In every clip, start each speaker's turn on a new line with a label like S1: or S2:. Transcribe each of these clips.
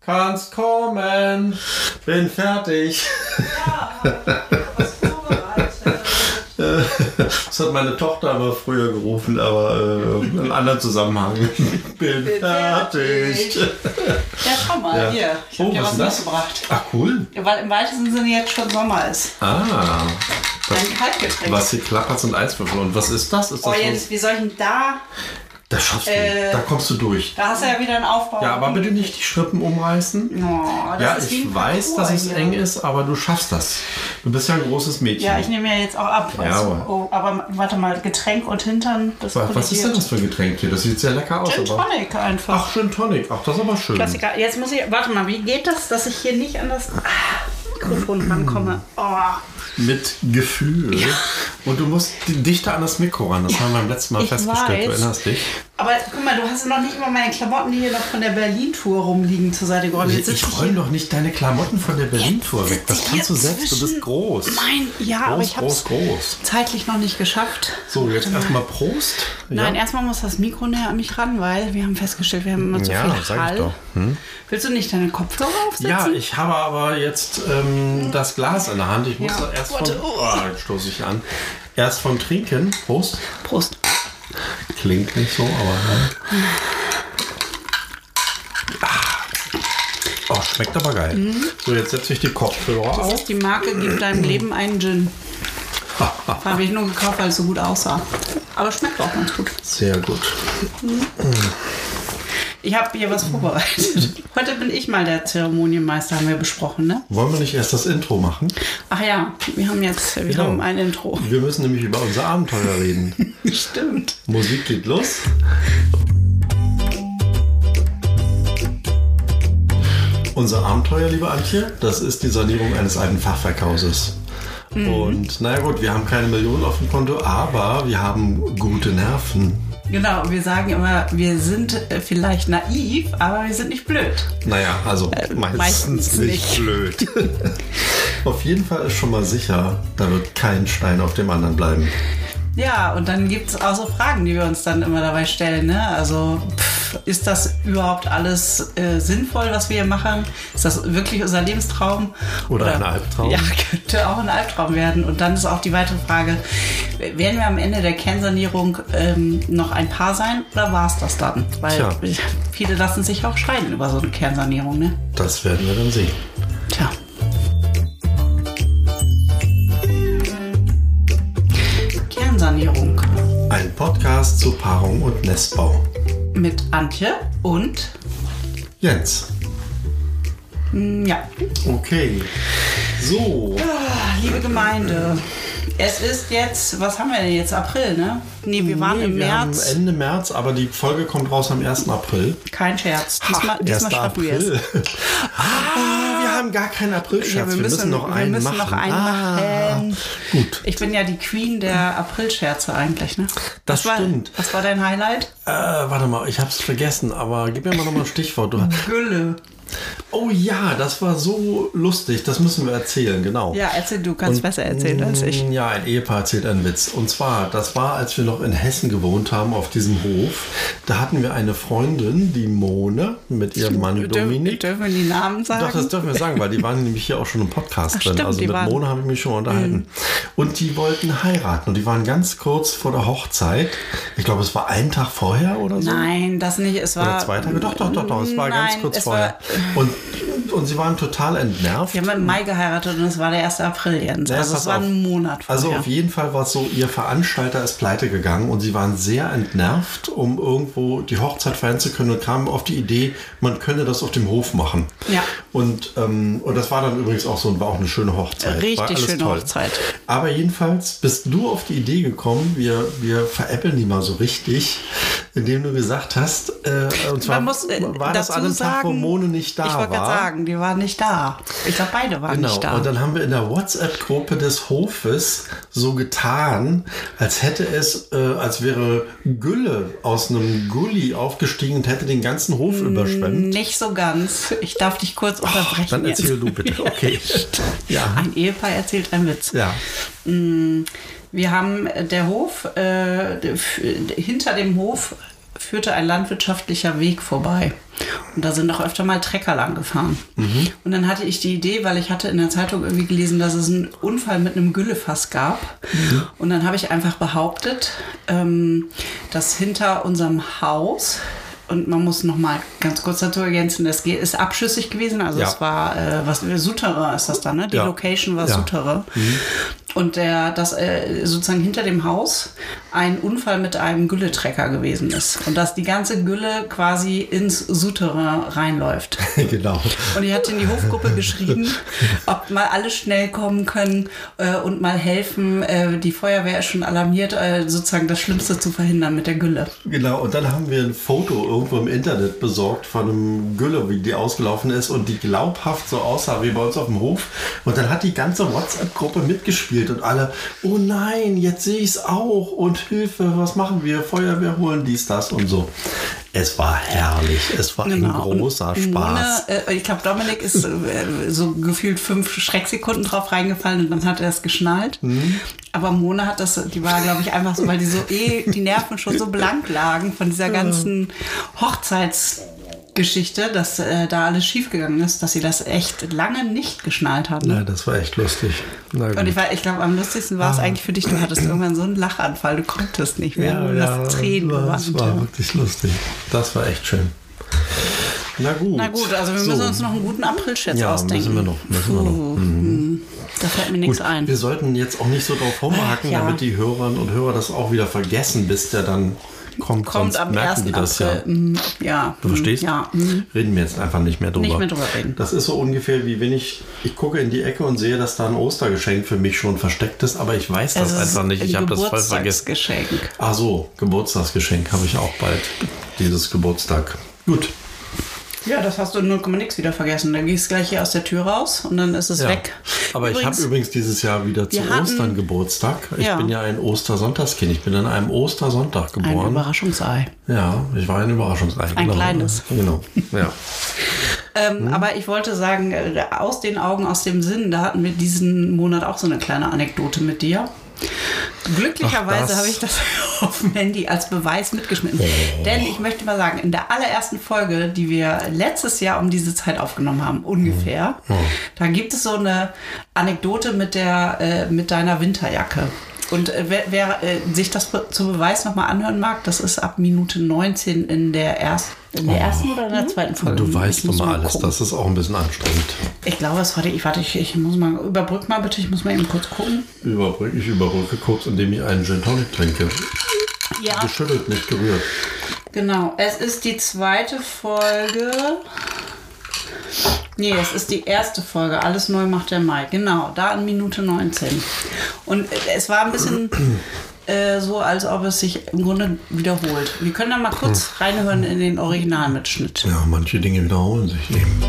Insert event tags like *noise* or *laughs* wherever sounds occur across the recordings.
S1: kannst kommen. Bin *laughs* fertig.
S2: Ja, aber was vorbereitet.
S1: Äh, Das hat meine Tochter aber früher gerufen, aber äh, in einem anderen Zusammenhang. *laughs* Bin,
S2: Bin
S1: fertig.
S2: fertig.
S3: Ja, schau mal,
S1: Ja.
S3: hier. Ich hab
S1: Oh,
S3: dir
S1: was
S3: was
S1: ist das?
S3: mitgebracht.
S1: Ach cool.
S3: Ja, Weil im weitesten Sinne jetzt schon Sommer ist.
S1: Ah.
S3: Ein Kaltgetränk.
S1: Was hier klappert sind Eiswürfel. Und was ist das? Ist
S3: Oh,
S1: das
S3: jetzt, wie soll ich denn da?
S1: Das schaffst du.
S3: Äh,
S1: da kommst du durch.
S3: Da hast du ja wieder einen Aufbau.
S1: Ja, aber bitte nicht die Schrippen umreißen.
S3: Oh, das
S1: Ja,
S3: ist wie
S1: ich
S3: ein
S1: weiß,
S3: Parcours
S1: dass es
S3: hier.
S1: eng ist, aber du schaffst das. Du bist ja ein großes Mädchen.
S3: Ja, ich nehme ja jetzt auch ab.
S1: Ja,
S3: also,
S1: aber-
S3: oh, aber warte mal, Getränk und Hintern, das
S1: Wa- Was ist denn
S3: kollidiert.
S1: das für ein Getränk hier? Das sieht sehr lecker aus.
S3: Gin
S1: aber
S3: Tonic einfach.
S1: Ach, Gin Tonic. Ach, das ist aber schön.
S3: Klassiker. Jetzt muss ich. Warte mal, wie geht das, dass ich hier nicht an das ah, Mikrofon rankomme? Oh,
S1: Mit Gefühl. Und du musst die- dichter an das Mikro ran. Das haben wir beim letzten Mal
S3: Ich
S1: festgestellt. Du
S3: weiß.
S1: erinnerst dich.
S3: aber guck mal, du hast noch nicht mal meine Klamotten, die hier noch von der Berlin-Tour rumliegen, zur Seite geräumt.
S1: Ich,
S3: Jetzt sitze
S1: Also, ich räume
S3: hier-
S1: doch nicht deine Klamotten von der Berlin-Tour weg.
S3: sitze
S1: Das
S3: ich
S1: kannst du
S3: hier
S1: selbst. Du bist
S3: zwischen-
S1: groß.
S3: Nein, ja, aber
S1: groß,
S3: ich hab's
S1: groß, groß.
S3: zeitlich noch nicht geschafft.
S1: So, jetzt
S3: Warte mal.
S1: erstmal Prost.
S3: Nein,
S1: ja.
S3: erstmal muss das Mikro näher an mich ran, weil wir haben festgestellt, wir haben immer zu
S1: Ja, sag
S3: viel
S1: ich
S3: Hall.
S1: doch. Hm?
S3: Willst du nicht deine Kopfhörer aufsetzen?
S1: Ja, ich habe aber jetzt ähm, das Glas in der Hand. Ich muss
S3: Ja.
S1: da erst vom,
S3: Warte,
S1: oh, jetzt stoße ich an. Erst vom Trinken. Prost.
S3: Prost.
S1: Klingt nicht so, aber. Ne? Ah. Oh, schmeckt aber geil.
S3: Mhm.
S1: So, jetzt setze ich die Kopfhörer auf. *laughs*
S3: Die Marke gibt deinem Leben einen Gin. Habe ich nur gekauft, weil es so gut aussah. Aber schmeckt auch ganz gut.
S1: Sehr gut.
S3: Ich habe hier was
S1: *laughs*
S3: vorbereitet. Heute bin ich mal der Zeremonienmeister, haben wir besprochen, ne?
S1: Wollen wir nicht erst das Intro machen?
S3: Ach ja, wir haben jetzt, wir
S1: Genau.
S3: haben ein
S1: *laughs*
S3: Intro.
S1: Wir müssen nämlich über unser Abenteuer reden.
S3: Stimmt.
S1: Musik geht los. Unser Abenteuer, liebe Antje, das ist die Sanierung eines alten Fachwerkhauses. Und naja gut, wir haben keine Millionen auf dem Konto, aber wir haben gute Nerven.
S3: Genau, wir sagen immer, wir sind äh, vielleicht naiv, aber wir sind nicht blöd.
S1: Naja, also meistens,
S3: meistens
S1: nicht *laughs*
S3: nicht.
S1: blöd. auf jeden Fall ist schon mal sicher, da wird kein Stein auf dem anderen bleiben.
S3: Ja, und dann gibt es auch so Fragen, die wir uns dann immer dabei stellen. Ne? Also pff, ist das überhaupt alles äh, sinnvoll, was wir hier machen? Ist das wirklich unser Lebenstraum?
S1: Oder ein Albtraum?
S3: Ja, *laughs* könnte auch ein Albtraum werden. Und dann ist auch die weitere Frage, werden wir am Ende der Kernsanierung ähm, noch ein Paar sein oder war es das dann? Weil
S1: Tja.
S3: viele lassen sich auch scheiden über so eine Kernsanierung. Ne?
S1: Das werden wir dann sehen.
S3: Tja. Kernsanierung.
S1: Ein Podcast zu Paarung und Nestbau.
S3: mit Antje und
S1: Jens.
S3: mm, ja,
S1: Okay. So.
S3: liebe Gemeinde. Es ist jetzt, was haben wir denn jetzt? April, ne? Nee, wir waren im
S1: wir
S3: März.
S1: Haben Ende März, aber die Folge kommt raus am 1. April.
S3: Kein Scherz. Diesmal, diesmal
S1: 1.
S3: schaffen wir es.
S1: Ah, wir haben gar keinen April,
S3: Ja,
S1: Schatz.
S3: wir
S1: wir, müssen,
S3: müssen-
S1: noch
S3: wir
S1: einen
S3: müssen
S1: machen.
S3: noch einen machen.
S1: Ah, gut.
S3: Ich bin ja die Queen der April-Scherze eigentlich, ne?
S1: Das
S3: was war,
S1: stimmt.
S3: Was war dein Highlight?
S1: Äh, warte mal, ich hab's vergessen, aber gib mir mal nochmal ein Stichwort. Du-
S3: Gülle.
S1: Oh ja, das war so lustig. Das müssen wir erzählen, genau.
S3: Ja, erzähl, du kannst besser erzählen als ich.
S1: Mm, Ja, ein Ehepaar erzählt einen Witz. Und zwar, das war, als wir noch in Hessen gewohnt haben, auf diesem Hof. Da hatten wir eine Freundin, die Mone, mit ihrem Mann
S3: Dür-
S1: Dominik.
S3: Dürfen wir die Namen sagen?
S1: Doch, das dürfen wir sagen, weil die waren nämlich hier auch schon im Podcast
S3: Ach,
S1: drin.
S3: stimmt,
S1: also
S3: die
S1: mit
S3: waren- Mhm.
S1: Mona habe ich mich schon mal unterhalten. Und die wollten heiraten und die waren ganz kurz vor der Hochzeit. Ich glaube, es war einen Tag vorher oder so.
S3: Nein, das nicht. Es war.
S1: Oder zwei Tage. Doch, doch, doch, doch. Es war ganz
S3: Nein,
S1: kurz
S3: es
S1: vorher. Und, und sie waren total entnervt.
S3: Wir haben im Mai geheiratet und es war der 1. April, Jens.
S1: Na, Hm.
S3: also
S1: pass
S3: es war
S1: auf.
S3: ein Monat vorher.
S1: Also auf jeden Fall war es so, ihr Veranstalter ist pleite gegangen und sie waren sehr entnervt, um irgendwo die Hochzeit feiern zu können und kamen auf die Idee, man könne das auf dem Hof machen.
S3: Ja.
S1: Und, ähm, und das war dann übrigens auch so, war auch eine schöne Hochzeit.
S3: Richtig
S1: war alles
S3: schöne
S1: toll.
S3: Hochzeit.
S1: Aber jedenfalls bist du auf die Idee gekommen, wir, wir veräppeln die mal so richtig, indem du gesagt hast, äh, und zwar
S3: Man muss äh,
S1: war das
S3: dazu
S1: an einem
S3: sagen,
S1: Tag, wo Mone nicht da
S3: ich
S1: war.
S3: wollte gerade sagen, die waren nicht da. Ich glaube, beide waren
S1: Genau,
S3: nicht da.
S1: und dann haben wir in der WhatsApp-Gruppe des Hofes so getan, als hätte es, äh, als wäre Gülle aus einem Gully aufgestiegen und hätte den ganzen Hof überschwemmt.
S3: nicht so ganz. Ich darf dich kurz unterbrechen.
S1: Oh, Dann
S3: Jens.
S1: erzähl du bitte. Okay. Ja.
S3: Ein Ehepaar erzählt einen Witz.
S1: Ja.
S3: Mm, Wir haben äh, der Hof, äh, der- f- hinter dem Hof führte ein landwirtschaftlicher Weg vorbei. Und da sind auch öfter mal Trecker lang gefahren.
S1: Mhm.
S3: Und dann hatte ich die Idee, weil ich hatte in der Zeitung irgendwie gelesen, dass es einen Unfall mit einem Güllefass gab.
S1: Mhm.
S3: Und dann habe ich einfach behauptet, ähm, dass hinter unserem Haus und man muss noch mal ganz kurz dazu ergänzen, das ge- ist abschüssig gewesen. Also
S1: Ja.
S3: es war, äh, was Sutere ist das dann, ne? Die
S1: Ja.
S3: Location war
S1: Ja.
S3: Sutere. Und der, dass äh, sozusagen hinter dem Haus ein Unfall mit einem Gülletrecker gewesen ist. Und dass die ganze Gülle quasi ins Sutere reinläuft.
S1: *laughs* genau.
S3: Und ich hatte in die Hofgruppe geschrieben, ob mal alle schnell kommen können äh, und mal helfen. Äh, die Feuerwehr ist schon alarmiert, äh, sozusagen das Schlimmste zu verhindern mit der Gülle.
S1: Genau, und dann haben wir ein Foto irgendwo im Internet besorgt von einem Gülle, wie die ausgelaufen ist und die glaubhaft so aussah wie bei uns auf dem Hof. Und dann hat die ganze WhatsApp-Gruppe mitgespielt und alle, oh nein, jetzt sehe ich es auch und Hilfe, was machen wir? Feuerwehr holen, dies, das und so. Es war herrlich, es war ein
S3: Genau, Und
S1: großer
S3: Mona,
S1: Spaß.
S3: äh, ich glaube, Dominik ist äh, so gefühlt fünf Schrecksekunden drauf reingefallen und dann hat er es geschnallt.
S1: Mhm.
S3: Aber Mona hat das, die war, glaube ich, einfach so, weil die so eh, die Nerven schon so blank lagen von dieser ganzen Hochzeitsgeschichte, dass äh, da alles schiefgegangen ist, dass sie das echt lange nicht geschnallt hat. Ne?
S1: Nein, das war echt lustig. Na
S3: Und
S1: gut.
S3: ich, war- ich glaube, am lustigsten
S1: Ah.
S3: war es eigentlich für dich, du hattest irgendwann so einen Lachanfall, du konntest nicht mehr. du hast Tränen
S1: das
S3: geweint.
S1: war wirklich lustig. Das war echt schön. Na gut.
S3: Na gut, also wir müssen uns noch einen guten April-Scherz
S1: Ja, müssen
S3: ausdenken.
S1: wir noch, müssen wir noch. Mhm.
S3: Puh, hm, Da fällt mir nichts
S1: Gut,
S3: ein.
S1: wir sollten jetzt auch nicht so drauf rumhaken,
S3: Ja.
S1: damit die Hörerinnen und Hörer das auch wieder vergessen, bis der dann kommt.
S3: Kommt
S1: Sonst
S3: am
S1: merken
S3: 1.
S1: die das
S3: April.
S1: ja.
S3: Mm, ja.
S1: Du verstehst?
S3: Ja. mm.
S1: Reden wir jetzt einfach nicht mehr drüber.
S3: Nicht mehr drüber reden.
S1: Das ist so ungefähr wie wenn ich, ich gucke in die Ecke und sehe, dass da ein Ostergeschenk für mich schon versteckt ist, aber ich weiß das
S3: Es ist
S1: einfach nicht. Ich
S3: ein
S1: habe das voll vergessen.
S3: Geburtstagsgeschenk.
S1: Ach so, Geburtstagsgeschenk habe ich auch bald. Dieses Geburtstag. Gut.
S3: Ja, das hast du null Komma nix wieder vergessen. Dann gehst du gleich hier aus der Tür raus und dann ist es
S1: Ja.
S3: weg.
S1: Aber ich habe übrigens dieses Jahr wieder zu
S3: wir hatten-
S1: Ostern Geburtstag. Ich
S3: Ja.
S1: bin ja ein Ostersonntagskind. Ich bin an einem Ostersonntag
S3: ein
S1: geboren.
S3: Überraschungsei.
S1: Ja, ich war ein Überraschungsei.
S3: Ein kleines.
S1: Genau. Ja. Hm?
S3: Ähm, Aber ich wollte sagen, äh, aus den Augen, aus dem Sinn, da hatten wir diesen Monat auch so eine kleine Anekdote mit dir.
S1: Ach, das.
S3: Glücklicherweise habe ich das *laughs* auf dem Handy als Beweis mitgeschnitten.
S1: Oh.
S3: Denn ich möchte mal sagen, in der allerersten Folge, die wir letztes Jahr um diese Zeit aufgenommen haben, ungefähr,
S1: Hm.
S3: da gibt es so eine Anekdote mit, der, äh, mit deiner Winterjacke. Und äh, wer, wer äh, sich das be zu Beweis nochmal anhören mag, das ist ab Minute 19 in der, erst, in
S1: Oh.
S3: der ersten oder in der zweiten Folge.
S1: Du
S3: Ich
S1: weißt
S3: muss
S1: doch mal alles.
S3: gucken.
S1: Das ist auch ein bisschen anstrengend.
S3: Ich glaube, es war die. Ich warte, ich, ich muss mal. Überbrück mal bitte, ich muss mal eben kurz gucken.
S1: Überbrücke ich überbrücke kurz, indem ich einen Gin Tonic trinke.
S3: Ja.
S1: Geschüttelt, nicht gerührt.
S3: Genau. Es ist die zweite Folge. Nee, es ist die erste Folge. Alles neu macht der Mai. Genau, da in Minute 19. Und äh, es war ein bisschen äh, so, als ob es sich im Grunde wiederholt. Wir können da mal kurz
S4: Hm.
S3: reinhören in den Originalmitschnitt.
S1: Ja, manche Dinge wiederholen sich eben.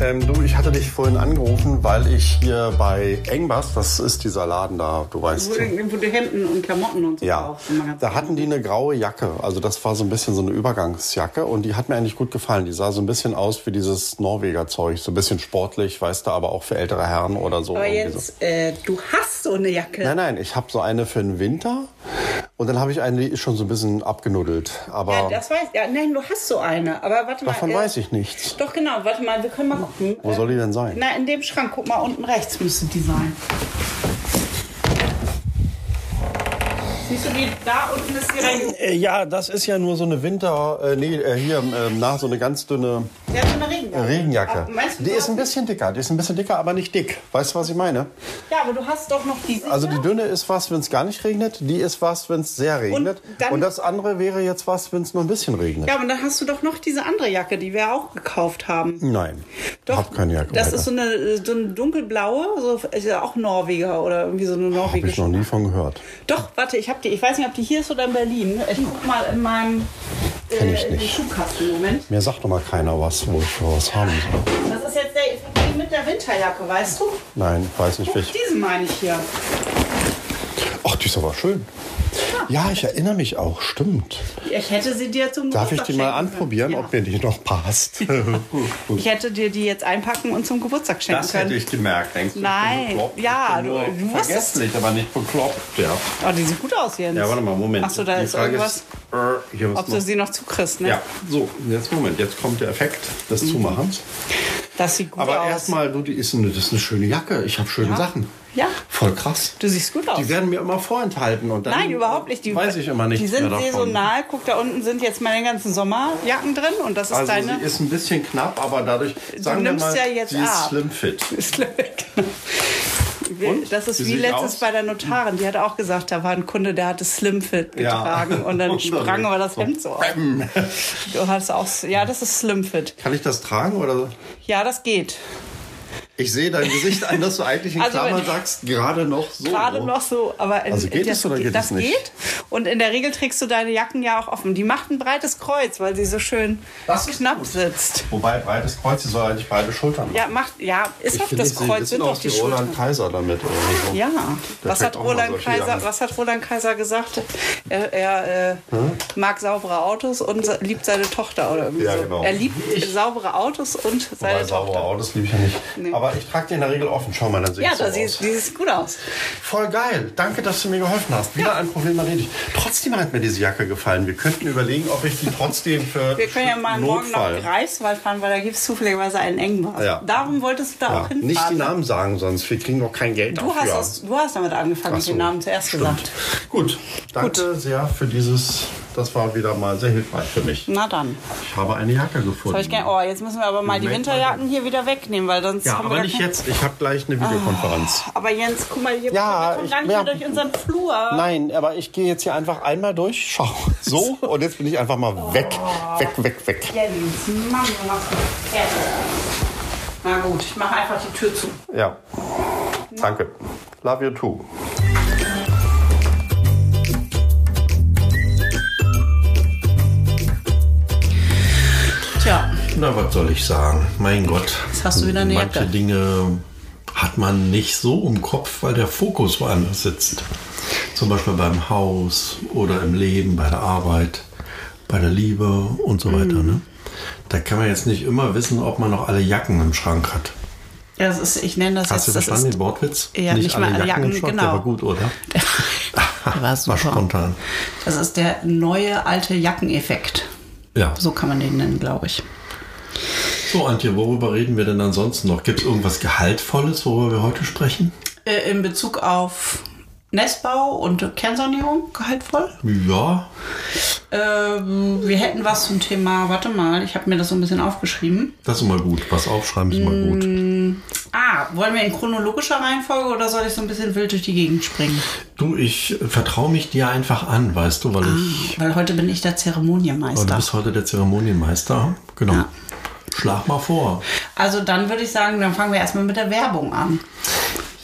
S4: Ähm, du, ich hatte dich vorhin angerufen, weil ich hier bei Engbas, das ist dieser Laden da, du weißt.
S3: Wo die Hemden und Klamotten und so
S4: Ja, da hatten die eine graue Jacke. Also das war so ein bisschen so eine Übergangsjacke und die hat mir eigentlich gut gefallen. Die sah so ein bisschen aus wie dieses Norweger Zeug, so ein bisschen sportlich, weißt du, aber auch für ältere Herren oder so.
S3: Aber
S4: irgendwie so.
S3: jetzt, äh, du hast so eine Jacke.
S4: Nein, nein, ich habe so eine für den Winter und dann habe ich eine, die ist schon so ein bisschen abgenuddelt. Aber
S3: Ja, das weiß ja, nein, du hast so eine, aber warte mal.
S4: davon
S3: äh,
S4: weiß ich nichts.
S3: Doch genau, warte mal, wir können mal gucken. Ähm,
S4: Wo soll die denn sein?
S3: Na, in dem Schrank, guck mal, unten rechts müsste die sein. Siehst du die? Da unten ist die rein.
S4: Äh, Ja, das ist ja nur so eine Winter, äh, nee, äh, hier, ähm, na, so eine ganz dünne
S3: Der hat so eine Regenjacke.
S4: Regenjacke.
S3: Aber meinst du,
S4: Die
S3: du
S4: ist ein
S3: hast-
S4: bisschen dicker, die ist ein bisschen dicker, aber nicht dick. Weißt du, was ich meine?
S3: Ja, aber du hast doch noch diese.
S4: Also
S3: hier.
S4: die dünne ist was, wenn es gar nicht regnet, die ist was, wenn es sehr regnet.
S3: dann-
S4: Und, das andere wäre jetzt was, wenn es nur ein bisschen regnet.
S3: ja, aber dann hast du doch noch diese andere Jacke, die wir auch gekauft haben.
S4: Nein, ich
S3: Doch,
S4: habe keine Jacke.
S3: Das
S4: weiter.
S3: ist so eine, so eine dunkelblaue, so, ist ja auch Norweger oder irgendwie so eine
S4: Hab ich
S3: norwegische.
S4: noch nie von gehört.
S3: Doch, warte, ich hab die. Ich weiß nicht, ob die hier ist oder in Berlin. Ich guck mal in meinem
S4: Kenn ich
S3: in den
S4: nicht.
S3: Schubkasten. Moment.
S4: Mir sagt doch mal keiner was, wo ich für was haben soll.
S3: Das ist jetzt der die mit der Winterjacke, weißt du?
S4: Nein, weiß nicht
S3: Guck,
S4: welche.
S3: diesen meine ich hier.
S4: Ach, die ist aber schön. Ja, ich erinnere mich auch, stimmt.
S3: Ich hätte sie dir zum
S4: Darf ich
S3: Geburtstag
S4: die mal
S3: schenken können.
S4: anprobieren,
S3: ja.
S4: ob mir die
S3: *laughs*
S4: noch passt?
S3: Ich hätte dir die jetzt einpacken und zum Geburtstag schenken können.
S4: gemerkt, denkst du? ich bin
S3: Nein,
S4: bekloppt?
S3: ja,
S4: Ich bin nur
S3: du- du wusstest-
S4: Vergesslich, aber nicht bekloppt, ja.
S3: Oh, die sieht gut aus, Jens.
S4: Ja, warte mal, Moment.
S3: Achso, da
S4: Die
S3: ist
S4: Frage
S3: irgendwas,
S4: ist, äh, hier was
S3: ob du
S4: noch.
S3: sie noch zukriegst, ne? Mhm.
S4: Ja, so, jetzt Moment, jetzt kommt der Effekt des Zumachens.
S3: Das sieht gut
S4: Aber
S3: aus.
S4: erstmal, du, die ist eine, das ist eine schöne Jacke. Ich habe schöne Sachen.
S3: Ja.
S4: Voll krass.
S3: Du siehst gut aus.
S4: Die werden mir immer vorenthalten und dann
S3: Nein, überhaupt nicht. Die,
S4: weiß ich immer nicht.
S3: Die sind
S4: mehr davon.
S3: saisonal. Guck, da unten sind jetzt meine ganzen Sommerjacken drin und das ist
S4: Also
S3: deine.
S4: sie ist ein bisschen knapp, aber dadurch sagen wir
S3: nimmst
S4: mal,
S3: ja jetzt
S4: sie ist
S3: ab.
S4: slim fit. *laughs*
S3: Ist weg. Wir-
S4: Und?
S3: Das ist
S4: Wie
S3: wie
S4: sieht
S3: letztens
S4: aus?
S3: bei der Notarin. Die hat auch gesagt, da war ein Kunde, der hatte Slimfit
S4: Ja. Oh,
S3: getragen und
S4: *laughs*
S3: dann
S4: Und dann-
S3: sprang aber das Hemd so auf. Du hast auch, ja, das ist Slimfit.
S4: Kann ich das tragen oder?
S3: Ja, das geht.
S4: Ich sehe dein Gesicht an, dass du eigentlich in
S3: Also wenn-
S4: Klammern sagst, gerade noch so. ne?
S3: Gerade noch so, aber in,
S4: Also geht
S3: das,
S4: es oder geht
S3: das
S4: es nicht?
S3: geht. Und in der Regel trägst du deine Jacken ja auch offen. Die macht ein breites Kreuz, weil sie so schön
S4: Das ist
S3: knapp
S4: gut.
S3: sitzt.
S4: Wobei breites Kreuz, sie soll eigentlich beide Schultern. machen.
S3: Ja, macht, ja, ist doch das
S4: sie
S3: Kreuz,
S4: wissen
S3: sind
S4: auch
S3: doch die
S4: wie
S3: Schultern.
S4: Roland Kaiser damit. Oder so.
S3: Ja,
S4: Der
S3: was
S4: trägt
S3: hat,
S4: auch mal
S3: Roland
S4: solche
S3: Kaiser,
S4: Jacken.
S3: was hat Roland Kaiser gesagt? Er, er äh, mag saubere Autos und sa- liebt seine Tochter. Oder irgendwie
S4: Hm? Ja,
S3: so.
S4: genau.
S3: Er liebt saubere Autos und seine
S4: Wobei saure
S3: Tochter.
S4: Autos liebe ich ja nicht. Aber ich trage die in der Regel offen. Schau mal, dann sehe
S3: Ja,
S4: ich so
S3: da
S4: aus.
S3: sieht, die sieht gut aus.
S4: Voll geil. Danke, dass du mir geholfen hast. Wieder ein Problem erledigt. Trotzdem hat mir diese Jacke gefallen. Wir könnten überlegen, ob ich die trotzdem für
S3: Wir können ja mal morgen
S4: Notfall.
S3: nach Greifswald fahren, weil da gibt es zufälligerweise einen Engpass.
S4: Ja.
S3: Darum wolltest du da auch
S4: ja,
S3: hinfahren.
S4: nicht die Namen sagen, sonst wir kriegen doch kein Geld
S3: Du
S4: dafür.
S3: hast, das, du hast damit angefangen,
S4: Ach so,
S3: den Namen zuerst gesagt.
S4: Gut, danke sehr für dieses. Das war wieder mal sehr hilfreich für mich.
S3: Na dann.
S4: Ich habe eine Jacke
S3: Soll
S4: gefunden.
S3: ich gerne, oh, jetzt müssen wir aber mal die
S4: Moment,
S3: Winterjacken hier wieder wegnehmen, weil sonst haben
S4: ja,
S3: wir Ah.
S4: aber
S3: gar
S4: nicht
S3: kein-
S4: jetzt. Ich habe gleich eine Videokonferenz.
S3: Aber Jens, guck mal, hier
S4: Ja,
S3: wir kommen
S4: ich-
S3: gar nicht
S4: ja.
S3: mehr durch unseren Flur.
S4: Nein, aber ich gehe jetzt hier einfach einmal durch. Schau. So, und jetzt bin ich einfach mal weg. Weg, weg, weg.
S3: Jens, Mann, du machst mich fertig. Na gut, ich mache einfach die Tür zu.
S4: Ja. Danke. Love you too.
S3: Tja,
S1: Na, was soll ich sagen? Mein Gott.
S3: Jetzt hast du wieder eine
S1: Manche
S3: Jacke.
S1: Dinge hat man nicht so im Kopf, weil der Fokus woanders sitzt. Zum Beispiel beim Haus oder im Leben, bei der Arbeit, bei der Liebe und so weiter. Ne? Da kann man jetzt nicht immer wissen, ob man noch alle Jacken im Schrank hat.
S3: das ist, ich nenne das
S1: Hast du
S3: jetzt. das
S1: verstanden
S3: ist,
S1: den Wortwitz?
S3: Ja, nicht mal alle Jacken,
S1: im Schrank,
S3: genau.
S1: Der war gut, oder?
S3: Der
S1: *laughs*
S3: war super.
S1: War spontan.
S3: das ist der neue alte Jackeneffekt.
S1: Ja.
S3: So kann man den nennen, glaube ich.
S1: So, Antje, worüber reden wir denn ansonsten noch? Gibt es irgendwas Gehaltvolles, worüber wir heute sprechen?
S3: Äh, in Bezug auf Nestbau und Kernsanierung, gehaltvoll.
S1: Ja,
S3: Ähm, wir hätten was zum Thema, warte mal, ich habe mir das so ein bisschen aufgeschrieben.
S1: das ist immer gut. Was aufschreiben ist immer
S3: Mm.
S1: gut.
S3: Ah, wollen wir in chronologischer Reihenfolge oder soll ich so ein bisschen wild durch die Gegend springen?
S1: Du, ich vertraue mich dir einfach an, weißt du, weil
S3: Ah,
S1: ich.
S3: Weil heute bin ich der
S1: Aber du
S3: Zeremonienmeister.
S1: bist heute der Zeremonienmeister. Genau.
S3: Ja.
S1: Schlag mal vor.
S3: Also dann würde ich sagen, dann fangen wir erstmal mit der Werbung an.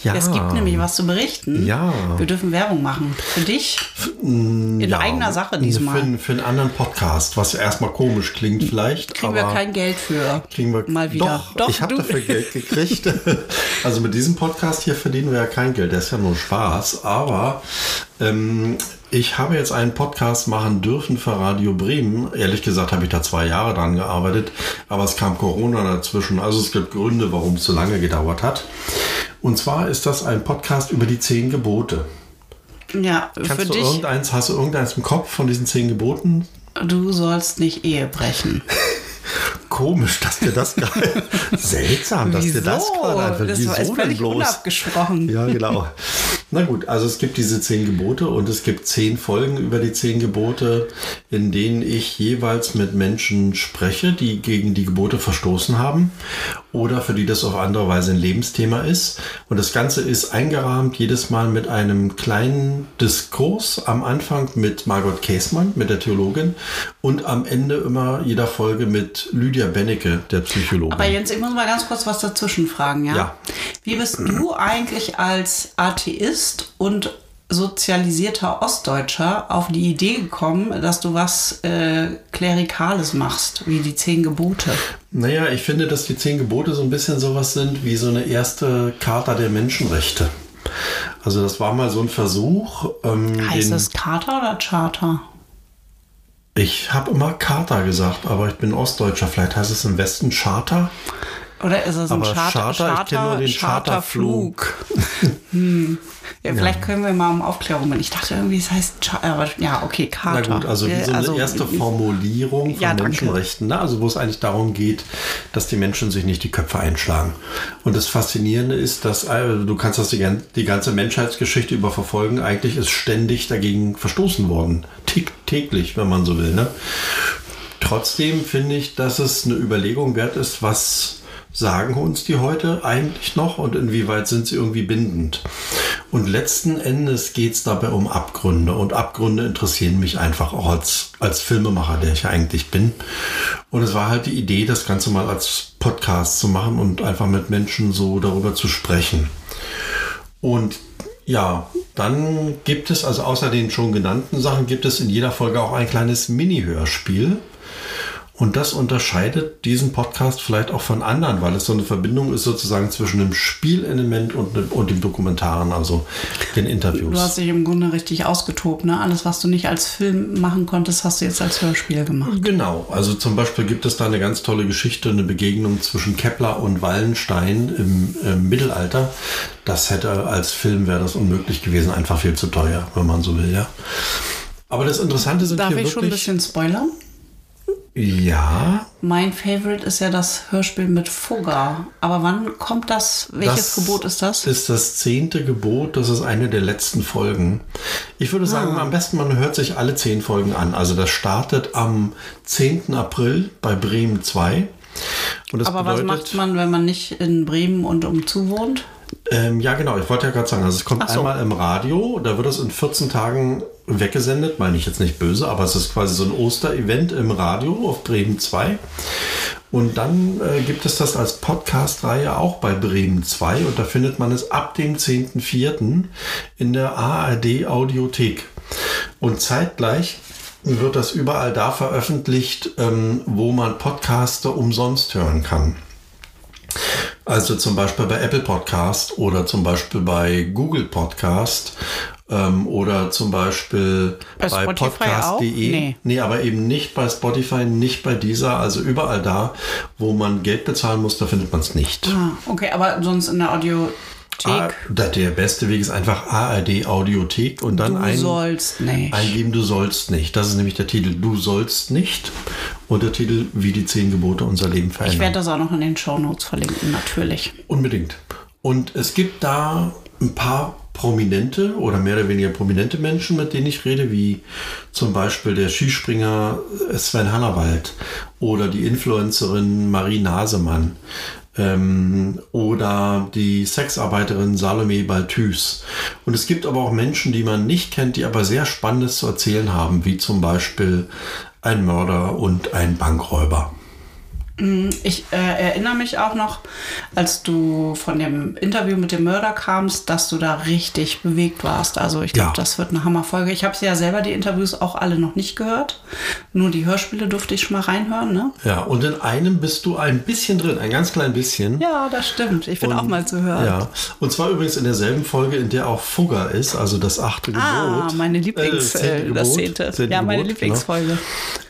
S1: Ja.
S3: Es gibt nämlich was zu berichten.
S1: Ja. Hm,
S3: Wir dürfen Werbung machen. Für dich. In eigener Sache diesmal.
S1: Für, für einen anderen Podcast, was erstmal komisch klingt, vielleicht.
S3: Kriegen wir
S1: aber
S3: kein Geld für.
S1: Kriegen wir
S3: mal wieder.
S1: Doch, ich habe
S3: du- *laughs*
S1: dafür Geld gekriegt. also mit diesem Podcast hier verdienen wir ja kein Geld. Das ist ja nur Spaß. Aber ähm, ich habe jetzt einen Podcast machen dürfen für Radio Bremen. Ehrlich gesagt habe ich da zwei Jahre dran gearbeitet. Aber es kam Corona dazwischen. Also es gibt Gründe, warum es so lange gedauert hat. Und zwar ist das ein Podcast über die zehn Gebote.
S3: Ja,
S1: Kannst
S3: für
S1: du
S3: dich.
S1: irgendeins, hast du irgendeins im Kopf von diesen zehn Geboten?
S3: Du sollst nicht Ehe brechen.
S1: Komisch, dass dir das *laughs* gerade. Seltsam, dass dir das gerade einfällt.
S3: Das
S1: Wieso
S3: war- ist
S1: denn
S3: völlig
S1: bloß?
S5: *laughs*
S3: unabgesprochen.
S1: Ja, genau. Na gut, also es gibt diese zehn Gebote und es gibt zehn Folgen über die zehn Gebote, in denen ich jeweils mit Menschen spreche, die gegen die Gebote verstoßen haben oder für die das auf andere Weise ein Lebensthema ist. Und das Ganze ist eingerahmt jedes Mal mit einem kleinen Diskurs am Anfang mit Margot Käßmann, mit der Theologin und am Ende immer jeder Folge mit Lydia Bennecke, der Psychologin.
S3: Aber Jens, ich muss mal ganz kurz was dazwischen fragen, ja?
S1: Ja.
S3: Wie bist du eigentlich als Atheist und sozialisierter Ostdeutscher auf die Idee gekommen, dass du was äh, Klerikales machst, wie die zehn Gebote?
S1: Naja, ich finde, dass die zehn Gebote so ein bisschen sowas sind wie so eine erste Charta der Menschenrechte. Also das war mal so ein Versuch. Ähm,
S3: Heißt
S1: den-
S3: das Kater oder Charter?
S1: Ich habe immer Kater gesagt, aber ich bin Ostdeutscher. Vielleicht heißt es im Westen Charter.
S3: Oder ist es ein
S1: Aber
S3: Charter?
S1: Charter, ich kenne nur den Charterflug.
S3: *laughs* Hm. Ja, vielleicht können wir mal um Aufklärung hin. Ich dachte irgendwie, es heißt Charter. Aber ja, okay,
S1: Na
S3: Charter.
S1: gut, also wie
S3: Wir-
S1: so eine
S3: also-
S1: erste Formulierung von
S3: Ja, danke.
S1: Menschenrechten, ne? also wo es eigentlich darum geht, dass die Menschen sich nicht die Köpfe einschlagen. Und das Faszinierende ist, dass äh, du kannst das die, gan- die ganze Menschheitsgeschichte über verfolgen. Eigentlich ist ständig dagegen verstoßen worden, Tick, täglich, wenn man so will. Ne? Trotzdem finde ich, dass es eine Überlegung wert ist, was sagen uns die heute eigentlich noch und inwieweit sind sie irgendwie bindend. Und letzten Endes geht es dabei um Abgründe und Abgründe interessieren mich einfach auch als, als Filmemacher, der ich ja eigentlich bin. Und es war halt die Idee, das Ganze mal als Podcast zu machen und einfach mit Menschen so darüber zu sprechen. Und ja, dann gibt es, also außer den schon genannten Sachen, gibt es in jeder Folge auch ein kleines Mini-Hörspiel. Und das unterscheidet diesen Podcast vielleicht auch von anderen, weil es so eine Verbindung ist sozusagen zwischen dem Spielelement und, dem- und dem Dokumentaren, also den Interviews.
S3: Du hast dich im Grunde richtig ausgetobt, ne? Alles, was du nicht als Film machen konntest, hast du jetzt als Hörspiel gemacht.
S1: Genau, also zum Beispiel gibt es da eine ganz tolle Geschichte, eine Begegnung zwischen Kepler und Wallenstein im, äh, Mittelalter. Das hätte als Film wäre das unmöglich gewesen, einfach viel zu teuer, wenn man so will, ja. Aber das Interessante sind
S3: Darf
S1: hier
S3: ich schon ein
S1: wirklich,
S3: bisschen spoilern?
S1: ja,
S3: Mein Favorite ist ja das Hörspiel mit Fugger. Aber wann kommt das?
S1: das
S3: Welches Gebot ist das?
S1: Ist das zehnte Gebot. Das ist eine der letzten Folgen. Ich würde sagen,
S3: Ah.
S1: am besten man hört sich alle zehn Folgen an. Also das startet am 10. April bei Bremen 2. Und das
S3: Aber was
S1: bedeutet,
S3: macht man, wenn man nicht in Bremen und umzu wohnt?
S1: Ähm, ja, genau. Ich wollte ja gerade sagen, also es kommt
S3: Ach so.
S1: einmal im Radio, da wird es in 14 Tagen weggesendet, meine ich jetzt nicht böse, aber es ist quasi so ein Osterevent im Radio auf Bremen 2. Und dann äh, gibt es das als Podcast-Reihe auch bei Bremen 2 und da findet man es ab dem 10.04. in der ARD-Audiothek. Und zeitgleich wird das überall da veröffentlicht, ähm, wo man Podcaster umsonst hören kann. Also zum Beispiel bei Apple Podcast oder zum Beispiel bei Google Podcast ähm, oder zum Beispiel
S3: Bei Spotify auch?
S1: Nee.
S3: Nee.
S1: aber eben nicht bei Spotify, nicht bei dieser, also überall da, wo man Geld bezahlen muss, da findet man es nicht.
S3: Ah, okay, aber sonst in der Audiothek.
S1: Ah, da- der beste Weg ist einfach ARD Audiothek und dann
S3: du
S1: ein,
S3: sollst nicht.
S1: eingeben, du sollst nicht. Das ist nämlich der Titel Du sollst nicht und der Titel Wie die zehn Gebote unser Leben verändern.
S3: ich werde das auch noch in den Shownotes verlinken, natürlich.
S1: Unbedingt. Und es gibt da ein paar prominente oder mehr oder weniger prominente Menschen, mit denen ich rede, wie zum Beispiel der Skispringer äh, Sven Hannawald oder die Influencerin Marie Nasemann ähm, oder die Sexarbeiterin Salome Balthus. Und es gibt aber auch Menschen, die man nicht kennt, die aber sehr Spannendes zu erzählen haben, wie zum Beispiel ein Mörder und ein Bankräuber.
S3: Ich äh, erinnere mich auch noch, als du von dem Interview mit dem Mörder kamst, dass du da richtig bewegt warst. Also ich glaube,
S1: Ja.
S3: das wird eine Hammerfolge. Ich habe ja selber die Interviews auch alle noch nicht gehört. Nur die Hörspiele durfte ich schon mal reinhören, ne?
S1: Ja, und in einem bist du ein bisschen drin, ein ganz klein bisschen.
S3: Ja, das stimmt. Ich bin auch mal zu hören.
S1: Ja, und zwar übrigens in derselben Folge, in der auch Fugger ist, also das achte
S3: Ah,
S1: Gebot.
S3: meine Lieblings,
S1: zehnte
S3: äh, das
S1: Gebot,
S3: zehnte.
S1: zehnte
S3: Ja, meine
S1: Gebot,
S3: Lieblingsfolge.
S1: Genau.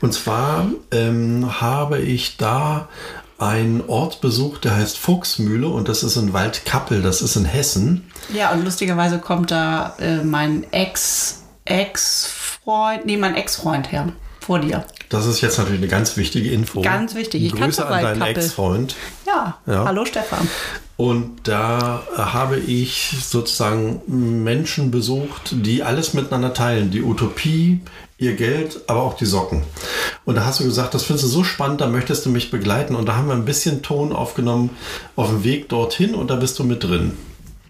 S1: Und zwar ähm, habe ich da einen Ort besucht, der heißt Fuchsmühle und das ist in Waldkappel, das ist in Hessen.
S3: Ja, und lustigerweise kommt da äh, mein Ex, Ex-Freund, nee, mein Ex-Freund her. Vor dir.
S1: Das ist jetzt natürlich eine ganz wichtige Info.
S3: Ganz wichtig, ich
S1: Grüße
S3: kannte
S1: an deinen
S3: Waldkappel.
S1: Ex-Freund.
S3: Ja.
S1: Ja.
S3: Hallo Stefan.
S1: Und da habe ich sozusagen Menschen besucht, die alles miteinander teilen. Die Utopie, ihr Geld, aber auch die Socken. Und da hast du gesagt, das findest du so spannend, da möchtest du mich begleiten. Und da haben wir ein bisschen Ton aufgenommen auf dem Weg dorthin und da bist du mit drin.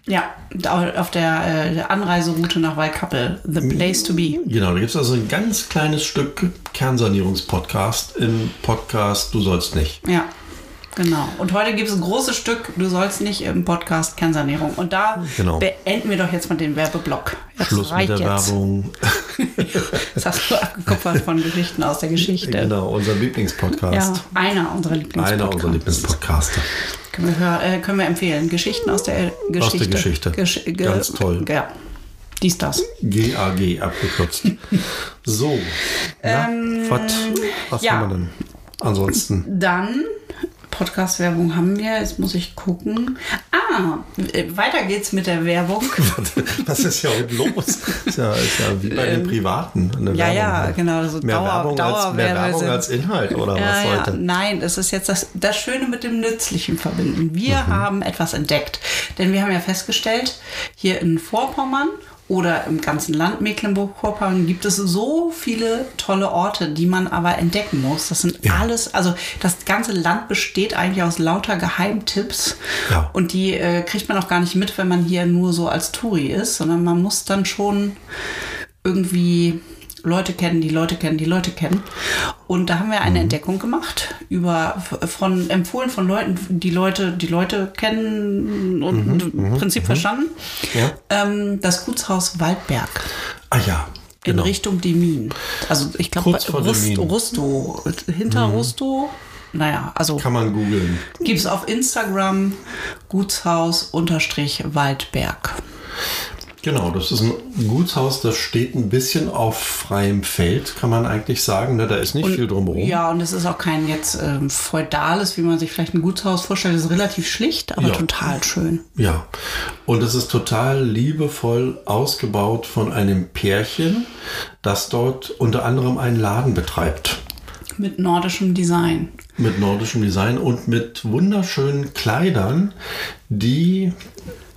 S3: Ja, da- auf der äh, Anreiseroute nach Wallkappel. The place to be.
S1: Genau, da gibt es also ein ganz kleines Stück Kernsanierungspodcast im Podcast Du sollst nicht.
S3: Ja, genau. Und heute gibt es ein großes Stück, du sollst nicht im Podcast Kernsanierung. Und da
S1: Genau.
S3: beenden wir doch jetzt mal den Werbeblock. Jetzt
S1: Schluss mit der Werbung. *laughs*
S3: Das hast du abgekupfert von Geschichten aus der Geschichte.
S1: Genau, unser Lieblingspodcast.
S3: Ja, einer unserer Lieblingspodcasts.
S1: Einer unserer Lieblingspodcaster.
S3: Können wir, hör- äh, können wir empfehlen. Geschichten aus der Geschichte.
S1: Aus der Geschichte.
S3: Gesch- ge-
S1: Ganz toll.
S3: Ja. Dies, das.
S1: GAG abgekürzt. so. Na, wat, was
S3: Ähm, ja.
S1: haben wir denn? Ansonsten.
S3: *laughs* Dann Podcast-Werbung haben wir. Jetzt muss ich gucken. Ah, äh, weiter geht's mit der Werbung.
S1: Was ist ja heute los? Ist ja, ist ja wie bei den Privaten. Eine
S3: Ähm, ja, ja,
S1: halt.
S3: genau, so
S1: mehr
S3: Dauer-
S1: Werbung, als, mehr
S3: Dauerwerbe
S1: Werbung
S3: sind-
S1: als Inhalt oder was
S3: Ja, ja.
S1: heute?
S3: Nein, es ist jetzt das, das Schöne mit dem Nützlichen verbinden.
S1: Mhm.
S3: Wir haben etwas entdeckt. Denn wir haben ja festgestellt, hier in Vorpommern oder im ganzen Land Mecklenburg-Vorpommern gibt es so viele tolle Orte, die man aber entdecken muss. Das sind
S1: Ja.
S3: alles, also das ganze Land besteht eigentlich aus lauter Geheimtipps.
S1: Ja.
S3: Und die äh, kriegt man auch gar nicht mit, wenn man hier nur so als Touri ist, sondern man muss dann schon irgendwie Leute kennen, die Leute kennen, die Leute kennen. Und da haben wir
S1: Mhm.
S3: eine Entdeckung gemacht über von empfohlen von Leuten, die Leute, die Leute kennen und im Prinzip verstanden.
S1: Mhm, Ja.
S3: Ähm, das Gutshaus Waldberg
S1: Ah ja,
S3: in
S1: genau.
S3: Richtung Demin. Also ich glaube
S1: Kurz vor Demmin.
S3: Rusto, Rusto, hinter Rusto. Naja, also
S1: Kann man googeln.
S3: gibt es auf Instagram Gutshaus-Waldberg.
S1: Genau, das ist ein Gutshaus, das steht ein bisschen auf freiem Feld, kann man eigentlich sagen. Ne? Da ist nicht viel drumherum.
S3: Ja, und es ist auch kein jetzt ähm, feudales, wie man sich vielleicht ein Gutshaus vorstellt. Es ist relativ schlicht, aber
S1: Ja.
S3: total schön.
S1: Ja, und es ist total liebevoll ausgebaut von einem Pärchen, das dort unter anderem einen Laden betreibt.
S3: Mit nordischem Design.
S1: Mit nordischem Design und mit wunderschönen Kleidern, die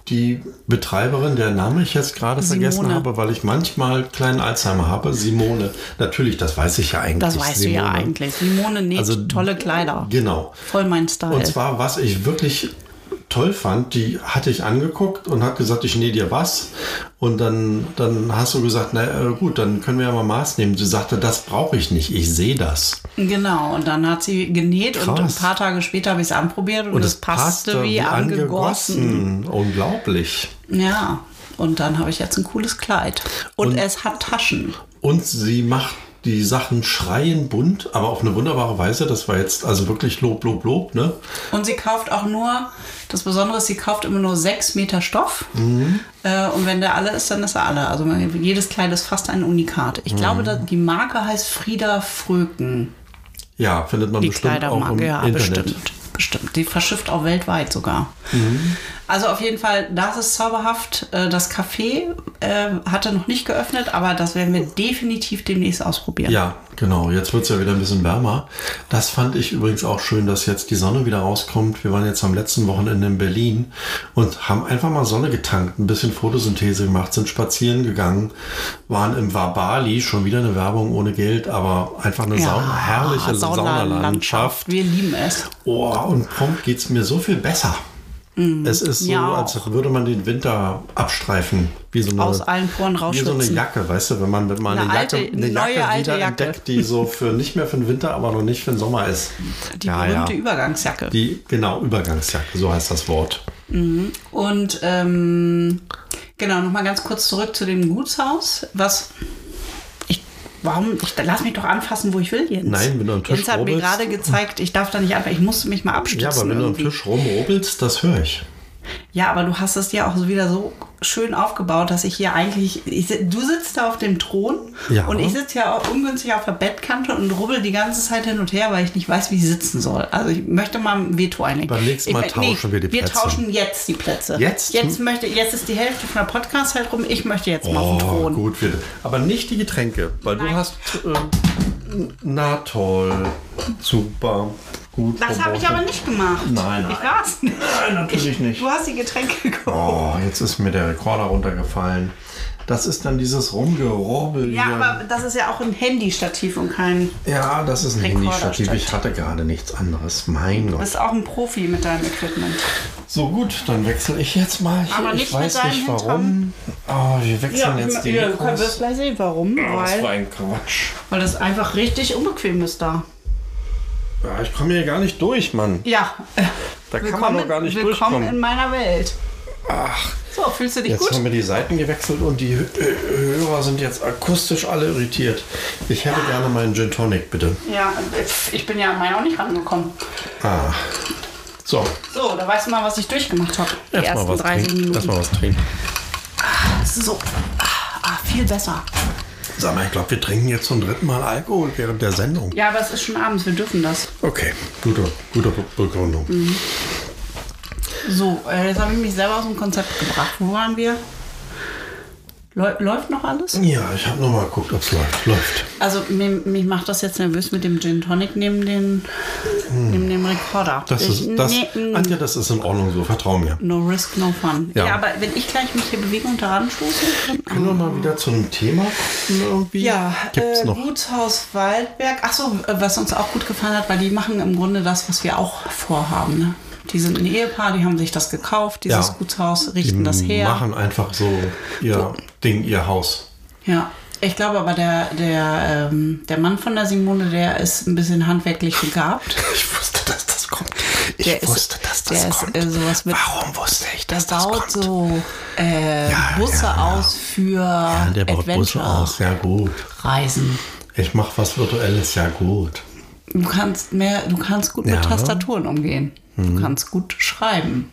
S1: die Betreiberin, der Name ich jetzt gerade vergessen
S3: Simone.
S1: habe, weil ich manchmal kleinen Alzheimer habe, Simone. Natürlich, das weiß ich ja eigentlich.
S3: Das weißt du ja
S1: Simone.
S3: eigentlich. Simone näht
S1: Also,
S3: tolle Kleider.
S1: Genau.
S3: Voll mein Style.
S1: Und zwar, was ich wirklich toll fand, die hatte ich angeguckt und hat gesagt, ich nähe dir was. Und dann, dann hast du gesagt, na äh, gut, dann können wir ja mal Maß nehmen. Sie sagte, das brauche ich nicht, ich sehe das.
S3: genau, und dann hat sie genäht und ein
S1: Krass.
S3: paar Tage später habe ich es anprobiert und, es passte wie angegossen.
S1: Unglaublich.
S3: Ja, und dann habe ich jetzt ein cooles Kleid. Und, es hat Taschen.
S1: Und sie macht die Sachen schreien bunt, aber auf eine wunderbare Weise. Das war jetzt also wirklich Lob, Lob, Lob. Ne?
S3: Und sie kauft auch nur, das Besondere ist, sie kauft immer nur sechs Meter Stoff.
S1: Mhm.
S3: Äh, und wenn der alle ist, dann ist er alle. Also man- jedes Kleid ist fast ein Unikat.
S1: Mhm.
S3: Ich glaube, da- die Marke heißt Frieda Fröken.
S1: Ja, findet man
S3: Die
S1: bestimmt auch im
S3: Kleidermarke, ja,
S1: Internet.
S3: bestimmt. Bestimmt. Die verschifft auch weltweit sogar.
S1: Mhm.
S3: Also auf jeden Fall, das ist zauberhaft. Äh, Das Café äh, hatte noch nicht geöffnet, aber das werden wir definitiv demnächst ausprobieren.
S1: Ja, genau. Jetzt wird es ja wieder ein bisschen wärmer. Das fand ich übrigens auch schön, dass jetzt die Sonne wieder rauskommt. Wir waren jetzt am letzten Wochenende in Berlin und haben einfach mal Sonne getankt, ein bisschen Photosynthese gemacht, sind spazieren gegangen, waren im Wabali, schon wieder eine Werbung ohne Geld, aber einfach eine Sauna, herrliche Saunalandschaft.
S3: Wir lieben es.
S1: Oh, und prompt geht es mir so viel besser. Es ist so,
S3: Mhm. Ja,
S1: als würde man den Winter abstreifen. Wie so eine,
S3: Aus allen Poren
S1: Wie so eine
S3: rausschwitzen.
S1: Jacke, weißt du, wenn man mit mal eine,
S3: Eine
S1: Jacke,
S3: alte-
S1: eine
S3: neue
S1: Jacke
S3: alte
S1: wieder
S3: Jacke.
S1: entdeckt, die so für nicht mehr für den Winter, aber noch nicht für den Sommer ist.
S3: Die
S1: Ja,
S3: berühmte
S1: ja.
S3: Übergangsjacke.
S1: Die, genau, Übergangsjacke, so heißt das Wort.
S3: Und ähm, genau, nochmal ganz kurz zurück zu dem Gutshaus. Was. Ich, warum? Ich, lass mich doch anfassen, wo ich will, Jens.
S1: Nein, wenn du am Tisch
S3: Jens hat mir
S1: rubbelst.
S3: gerade gezeigt, ich darf da nicht anfassen. Ich musste mich mal abstützen.
S1: Ja, aber wenn du am
S3: irgendwie.
S1: Tisch rumrubbelst, das höre ich.
S3: Ja, aber du hast es ja auch so wieder so schön aufgebaut, dass ich hier eigentlich. Ich, si- du sitzt da auf dem Thron
S1: Ja.
S3: und ich sitze ja auch ungünstig auf der Bettkante und rubbel die ganze Zeit hin und her, weil ich nicht weiß, wie ich sitzen soll. Also ich möchte mal ein Veto einlegen.
S1: Beim nächsten
S3: ich,
S1: Mal
S3: mein-
S1: tauschen wir die Plätze.
S3: Wir tauschen jetzt die Plätze.
S1: Jetzt?
S3: Jetzt, möchte, jetzt ist die Hälfte von der Podcast halt rum. Ich möchte jetzt mal auf den Thron.
S1: Oh, gut, wir- aber nicht die Getränke, weil du
S3: Nein.
S1: hast. ähm, na toll, super, gut.
S3: Das habe ich aber
S1: verworfen.
S3: nicht gemacht.
S1: Oh, Nein, nein.
S3: Ich war's nicht.
S1: Nein, natürlich nicht.
S3: Du hast die Getränke geholt.
S1: Oh, jetzt ist mir der Rekorder runtergefallen. Das ist dann dieses Rumgerubbel
S3: Ja,
S1: hier.
S3: aber das ist ja auch ein Handy-Stativ und kein.
S1: ja, das ist ein Handystativ. Ich
S3: Rekorderstativ.
S1: hatte gerade nichts anderes. Mein
S3: Du
S1: Gott.
S3: bist auch ein Profi mit deinem Equipment.
S1: So gut, dann wechsle ich jetzt mal. Ich,
S3: Aber
S1: ich
S3: nicht mit
S1: weiß
S3: deinem
S1: nicht warum. Oh, wir wechseln jetzt die
S3: ja, können wir
S1: Mikros.
S3: gleich sehen, warum.
S1: Das war
S3: weil,
S1: ein Quatsch.
S3: weil das einfach richtig unbequem ist da.
S1: Ja, ich komme hier gar nicht durch, Mann.
S3: Ja, äh,
S1: Da kann man doch gar nicht
S3: willkommen in
S1: durchkommen.
S3: meiner Welt. Ach. So, fühlst du dich
S1: Jetzt
S3: gut?
S1: haben wir die Seiten gewechselt und die Hö- Hö- Hörer sind jetzt akustisch alle irritiert. Ich hätte gerne meinen Gin Tonic, bitte.
S3: Ja, ich bin ja an meinen auch nicht rangekommen.
S1: Ah,
S5: So,
S3: So, da weißt du mal, was ich durchgemacht habe. Die
S5: erstmal
S3: ersten
S5: was,
S3: 30
S5: trinken.
S3: Minuten.
S5: Erst mal was trinken.
S3: So. Ah, viel besser.
S1: Sag mal, ich glaube, wir trinken jetzt zum dritten Mal Alkohol während der Sendung.
S3: Ja, aber es ist schon abends, wir dürfen das.
S1: Okay, gute, gute Be- Begründung.
S3: Mhm. So, äh, jetzt habe ich mich selber aus dem Konzept gebracht. Wo waren wir? Läu- läuft noch alles?
S1: Ja, ich habe nochmal geguckt, ob es läuft. Läuft.
S3: Also mich, mich macht das jetzt nervös mit dem Gin Tonic neben, den, neben dem Rekorder.
S1: Hm. Das
S3: Ich-
S1: ist, das,
S3: nee, mm,
S1: Antje, das ist in Ordnung so, vertrau mir.
S3: no risk, no fun.
S1: Ja.
S3: Ja. aber wenn ich gleich mich hier bewege und daran stoße... dann-
S1: Können wir mal wieder zu einem Thema kommen irgendwie?
S3: Ja,
S1: Gibt's
S3: äh,
S1: noch?
S3: Gutshaus Waldberg. Achso, was uns auch gut gefallen hat, weil die machen im Grunde das, was wir auch vorhaben. Ne? Die sind ein Ehepaar, die haben sich das gekauft, dieses
S1: Ja.
S3: Gutshaus, richten das
S1: Die
S3: her.
S1: machen einfach so ihr Ding, ihr Haus. *laughs*
S3: Ja, ich glaube aber, der, der, ähm, der Mann von der Simone, der ist ein bisschen handwerklich begabt.
S1: Ich wusste, dass das kommt. Ich
S3: Der ist-
S1: wusste, dass das
S3: der ist,
S1: kommt.
S3: äh, sowas mit-
S1: Warum wusste ich,
S3: Der
S1: dass das
S3: baut
S1: kommt?
S3: so äh,
S1: Ja,
S3: Busse
S1: ja, ja.
S3: aus für
S1: ja, der baut Busse aus. Ja, gut.
S3: Reisen.
S1: Ich mache was Virtuelles. Ja, gut.
S3: Du kannst mehr, du kannst gut
S1: Ja. Mhm.
S3: mit Tastaturen umgehen. Du kannst gut schreiben.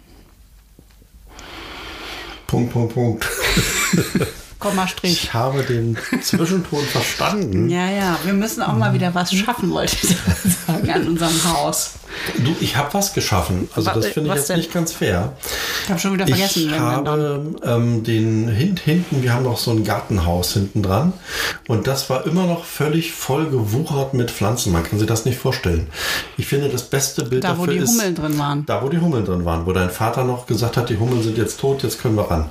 S1: Punkt, Punkt, Punkt.
S3: Komma Strich.
S1: Ich habe den Zwischenton *laughs* verstanden.
S3: Ja, ja, wir müssen auch mal wieder was schaffen, wollte ich *laughs* sagen, an unserem Haus.
S1: Du, ich habe was geschaffen. Also
S3: Wa-
S1: das finde ich
S3: was
S1: jetzt
S3: denn?
S1: nicht ganz fair.
S3: Ich habe schon wieder vergessen.
S1: ich
S3: wenn wir dann-
S1: habe ähm, den hint, hinten, wir haben noch so ein Gartenhaus hinten dran und das war immer noch völlig voll gewuchert mit Pflanzen. Man kann sich das nicht vorstellen. Ich finde, das beste Bild
S3: Da, wo
S1: dafür
S3: die
S1: ist
S3: Hummeln drin waren.
S1: da, wo die Hummeln drin waren, wo dein Vater noch gesagt hat, die Hummeln sind jetzt tot, jetzt können wir ran.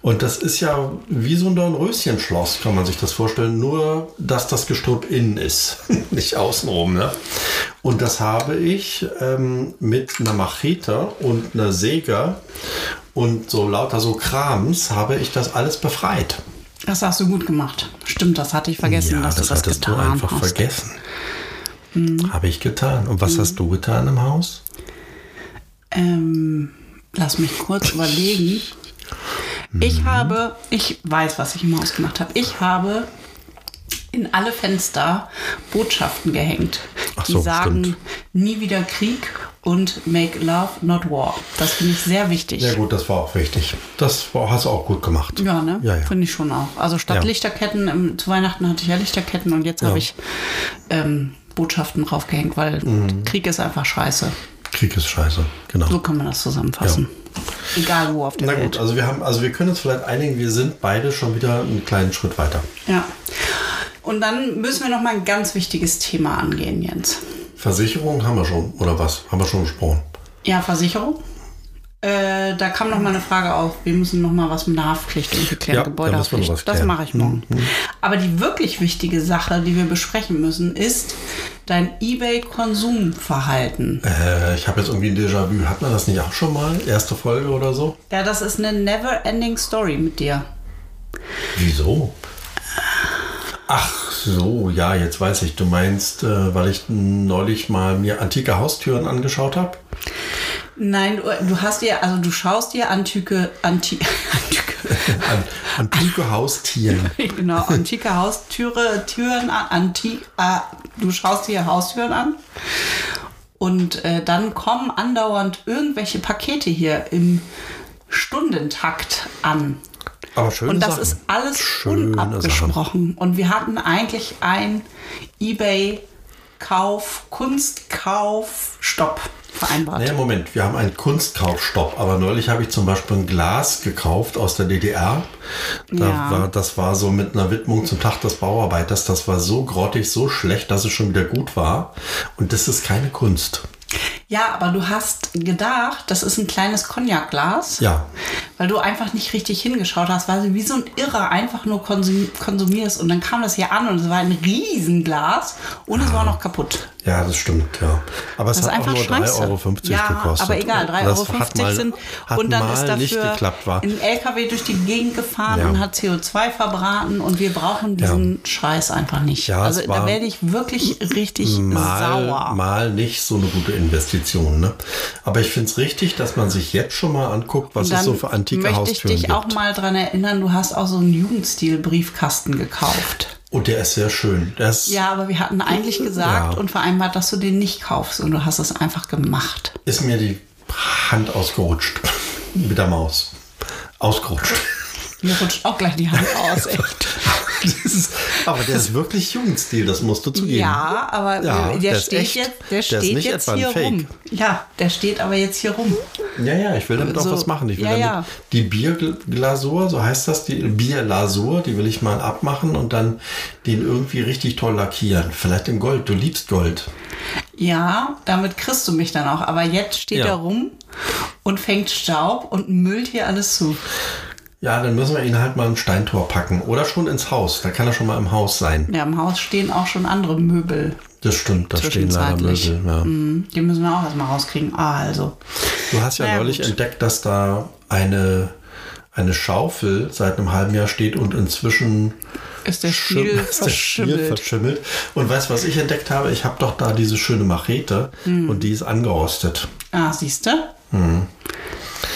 S1: Und das ist ja wie so ein Dornröschenschloss, kann man sich das vorstellen, nur dass das Gestrüpp innen ist, *laughs* nicht außenrum. Ne? Und das habe ich ähm, mit einer Machete und einer Säge und so lauter so Krams habe ich das alles befreit.
S3: das hast du gut gemacht. Stimmt, das hatte ich vergessen, dass du das
S1: hattest du
S3: getan
S1: einfach
S3: hast. Hm.
S1: vergessen. Habe ich getan. Und was hast du getan im Haus?
S3: Ähm, lass mich kurz überlegen.
S1: Mhm.
S3: Ich habe, ich weiß, was ich im Haus gemacht habe. Ich habe in alle Fenster Botschaften gehängt,
S1: Ach
S3: die
S1: so,
S3: sagen,
S1: stimmt.
S3: nie wieder Krieg und make love, not war. Das finde ich sehr wichtig.
S1: Ja gut, das war auch wichtig. Das war, hast du auch gut gemacht.
S3: Ja, ne?
S1: Ja, ja.
S3: Finde ich schon auch. Also statt
S1: Ja.
S3: Lichterketten, ähm, zu Weihnachten hatte ich ja Lichterketten und jetzt habe ich ähm, Botschaften draufgehängt, weil
S1: Mhm.
S3: Krieg ist einfach scheiße.
S1: Krieg ist scheiße, genau.
S3: So kann man das zusammenfassen. Egal wo auf der
S1: Na
S3: Welt.
S1: gut, also wir haben, also wir können uns vielleicht einigen, wir sind beide schon wieder einen kleinen Schritt weiter.
S3: Ja. Und dann müssen wir noch mal ein ganz wichtiges Thema angehen, Jens.
S1: Versicherung haben wir schon, oder was? Haben wir schon besprochen.
S3: Ja, Versicherung. Äh, da kam noch mal eine Frage auf. Wir müssen noch mal was mit der Haftpflicht irgendwie klären.
S1: Ja, da müssen
S3: Gebäudehaftpflicht.
S1: wir noch was
S3: das
S1: klären. Mhm,
S3: mache ich morgen. Aber die wirklich wichtige Sache, die wir besprechen müssen, ist dein eBay-Konsumverhalten.
S1: Äh, ich habe jetzt irgendwie ein Déjà-vu. Hat man das nicht auch schon mal? Erste Folge oder so?
S3: Ja, das ist eine never-ending Story mit dir.
S1: Wieso? Ach so, ja, jetzt weiß ich. Du meinst, äh, weil ich neulich mal mir antike Haustüren angeschaut habe?
S3: Nein, du, du hast dir, also du schaust dir antike, anti, *laughs* antike,
S1: *laughs* An, antike Haustieren.
S3: genau, antike Haustüre, Türen an, anti, äh, du schaust dir Haustüren an und äh, dann kommen andauernd irgendwelche Pakete hier im Stundentakt an.
S1: Aber schön.
S3: Und das
S1: Sachen.
S3: ist alles
S1: Schöne
S3: unabgesprochen. Und wir hatten eigentlich ein Ebay-Kauf, Kunstkauf, Stopp vereinbart.
S1: Naja, Moment, wir haben einen Kunstkaufstopp, aber neulich habe ich zum Beispiel ein Glas gekauft aus der DDR. Da
S3: Ja.
S1: war, das war so mit einer Widmung zum Tag des Bauarbeiters. Das war so grottig, so schlecht, dass es schon wieder gut war. Und das ist keine Kunst.
S3: Ja, aber du hast gedacht, das ist ein kleines Cognac-Glas.
S1: Ja.
S3: Weil du einfach nicht richtig hingeschaut hast, weil du wie so ein Irrer einfach nur konsum konsumierst. Und dann kam das hier an und es war ein Riesenglas und es war noch kaputt.
S1: Ja, das stimmt, ja. Aber es
S3: Das ist
S1: hat auch
S3: einfach
S1: nur 3,50
S3: scheiße.
S1: Euro
S3: ja,
S1: gekostet.
S3: aber egal,
S1: Und das
S3: 3,50
S1: hat mal-
S3: Euro sind.
S1: hat
S3: Und dann
S1: mal
S3: ist dafür
S1: nicht geklappt war.
S3: ein LKW durch die Gegend gefahren
S1: Ja.
S3: und hat CO2 verbraten. Und wir brauchen diesen Scheiß einfach nicht.
S1: Ja,
S3: also
S1: es
S3: da
S1: war
S3: werde ich wirklich richtig
S1: mal,
S3: sauer.
S1: mal nicht so eine gute Investition. Ne? Aber ich finde es richtig, dass man sich jetzt schon mal anguckt, was es so für antike
S3: möchte ich
S1: Haustüren
S3: dich
S1: gibt.
S3: auch mal dran erinnern, du hast auch so einen Jugendstil-Briefkasten gekauft.
S1: Und Oh, der ist sehr schön. Der ist,
S3: Ja, aber wir hatten eigentlich gesagt
S1: Ja.
S3: und vereinbart, dass du den nicht kaufst und du hast es einfach gemacht.
S1: ist mir die Hand ausgerutscht. *laughs* Mit der Maus. Ausgerutscht. *laughs*
S3: Mir rutscht auch gleich die Hand aus, echt.
S1: Das ist, aber der ist wirklich Jugendstil, das musst du zugeben.
S3: Ja, aber äh,
S1: Ja,
S3: der,
S1: der ist
S3: steht
S1: echt.
S3: jetzt,
S1: Der
S3: der
S1: ist
S3: steht
S1: nicht
S3: jetzt
S1: etwa ein
S3: hier
S1: Fake.
S3: rum. Ja, der steht aber jetzt hier rum.
S1: Ja, ja, ich will damit auch
S3: So,
S1: was machen. Ich will
S3: Also, ja,
S1: damit
S3: ja.
S1: die Bierglasur, so heißt das, die Bierlasur, die will ich mal abmachen und dann den irgendwie richtig toll lackieren. Vielleicht in Gold, du liebst Gold.
S3: Ja, damit kriegst du mich dann auch. Aber jetzt steht
S1: Ja.
S3: er rum und fängt Staub und müllt hier alles zu.
S1: Ja, dann müssen wir ihn halt mal im Steintor packen oder schon ins Haus. Da kann er schon mal im Haus sein.
S3: Ja, im Haus stehen auch schon andere Möbel.
S1: Das stimmt, da stehen leider
S3: Zwischenzeitlich.
S1: Möbel. Ja.
S3: Mhm, Die müssen wir auch erstmal rauskriegen. Ah, also.
S1: Du hast ja
S3: Na ja,
S1: neulich
S3: gut.
S1: entdeckt, dass da eine, eine Schaufel seit einem halben Jahr steht und inzwischen
S3: Ist der
S1: Schim- *laughs*
S3: Stiel
S1: ist der Stiel
S3: verschimmelt.
S1: verschimmelt. Und weißt du, was ich entdeckt habe? Ich habe doch da diese schöne Machete
S3: Hm.
S1: und die ist angerostet.
S3: Ah, siehst du?
S1: Hm.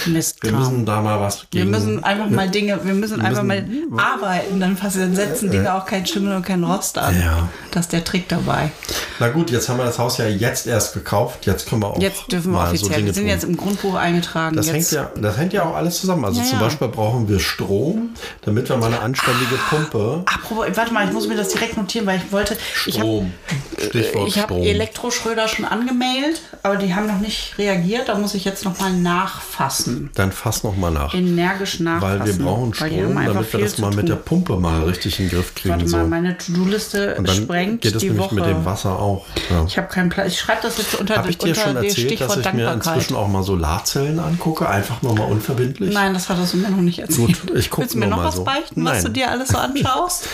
S1: Wir
S3: Mistkram.
S1: müssen da mal was
S3: Wir
S1: gegen.
S3: müssen einfach mal Dinge, wir müssen einfach
S1: müssen-
S3: mal arbeiten, dann pass- dann setzen Dinge auch keinen Schimmel und keinen Rost an.
S1: Ja.
S3: Das ist der Trick dabei.
S1: Na gut, jetzt haben wir das Haus ja jetzt erst gekauft. Jetzt können wir auch
S3: Jetzt dürfen wir
S1: mal so
S3: offiziell,
S1: Dinge
S3: wir sind
S1: tun.
S3: jetzt im Grundbuch eingetragen.
S1: das hängt,
S3: jetzt,
S1: ja, das hängt ja auch alles zusammen. Also
S3: Ja,
S1: zum
S3: ja.
S1: Beispiel brauchen wir Strom, damit wir mal eine anständige Pumpe.
S3: Apropos, warte mal, ich muss mir das direkt notieren, weil ich wollte.
S1: Strom.
S3: Ich
S1: Stichwort
S3: habe hab
S1: Strom.
S3: Elektroschröder schon angemailt, aber die haben noch nicht reagiert. Da muss ich jetzt nochmal nachfassen.
S1: Dann fass noch mal nach.
S3: Energisch nachfassen.
S1: Weil wir brauchen
S3: weil die haben
S1: Strom,
S3: einfach
S1: damit wir
S3: viel
S1: das
S3: zu
S1: mal mit der
S3: tun.
S1: Pumpe mal richtig in den Griff kriegen.
S3: Warte mal,
S1: so.
S3: meine To-Do-Liste
S1: Und dann
S3: sprengt
S1: geht es
S3: die
S1: nämlich
S3: Woche.
S1: mit dem Wasser auch. Ja.
S3: Ich habe keinen Plan. Ich schreibe das jetzt unter,
S1: Habe ich dir
S3: unter
S1: schon
S3: das
S1: erzählt, dass
S3: Stichwort
S1: ich mir
S3: Dankbarkeit.
S1: inzwischen auch mal Solarzellen angucke? Einfach nur mal unverbindlich?
S3: Nein, das hattest du mir noch nicht erzählt.
S1: Gut, ich guck
S3: Willst du mir
S1: nur
S3: noch
S1: mal
S3: was
S1: so.
S3: beichten, was
S1: Nein.
S3: du dir alles
S1: *laughs*
S3: so anschaust?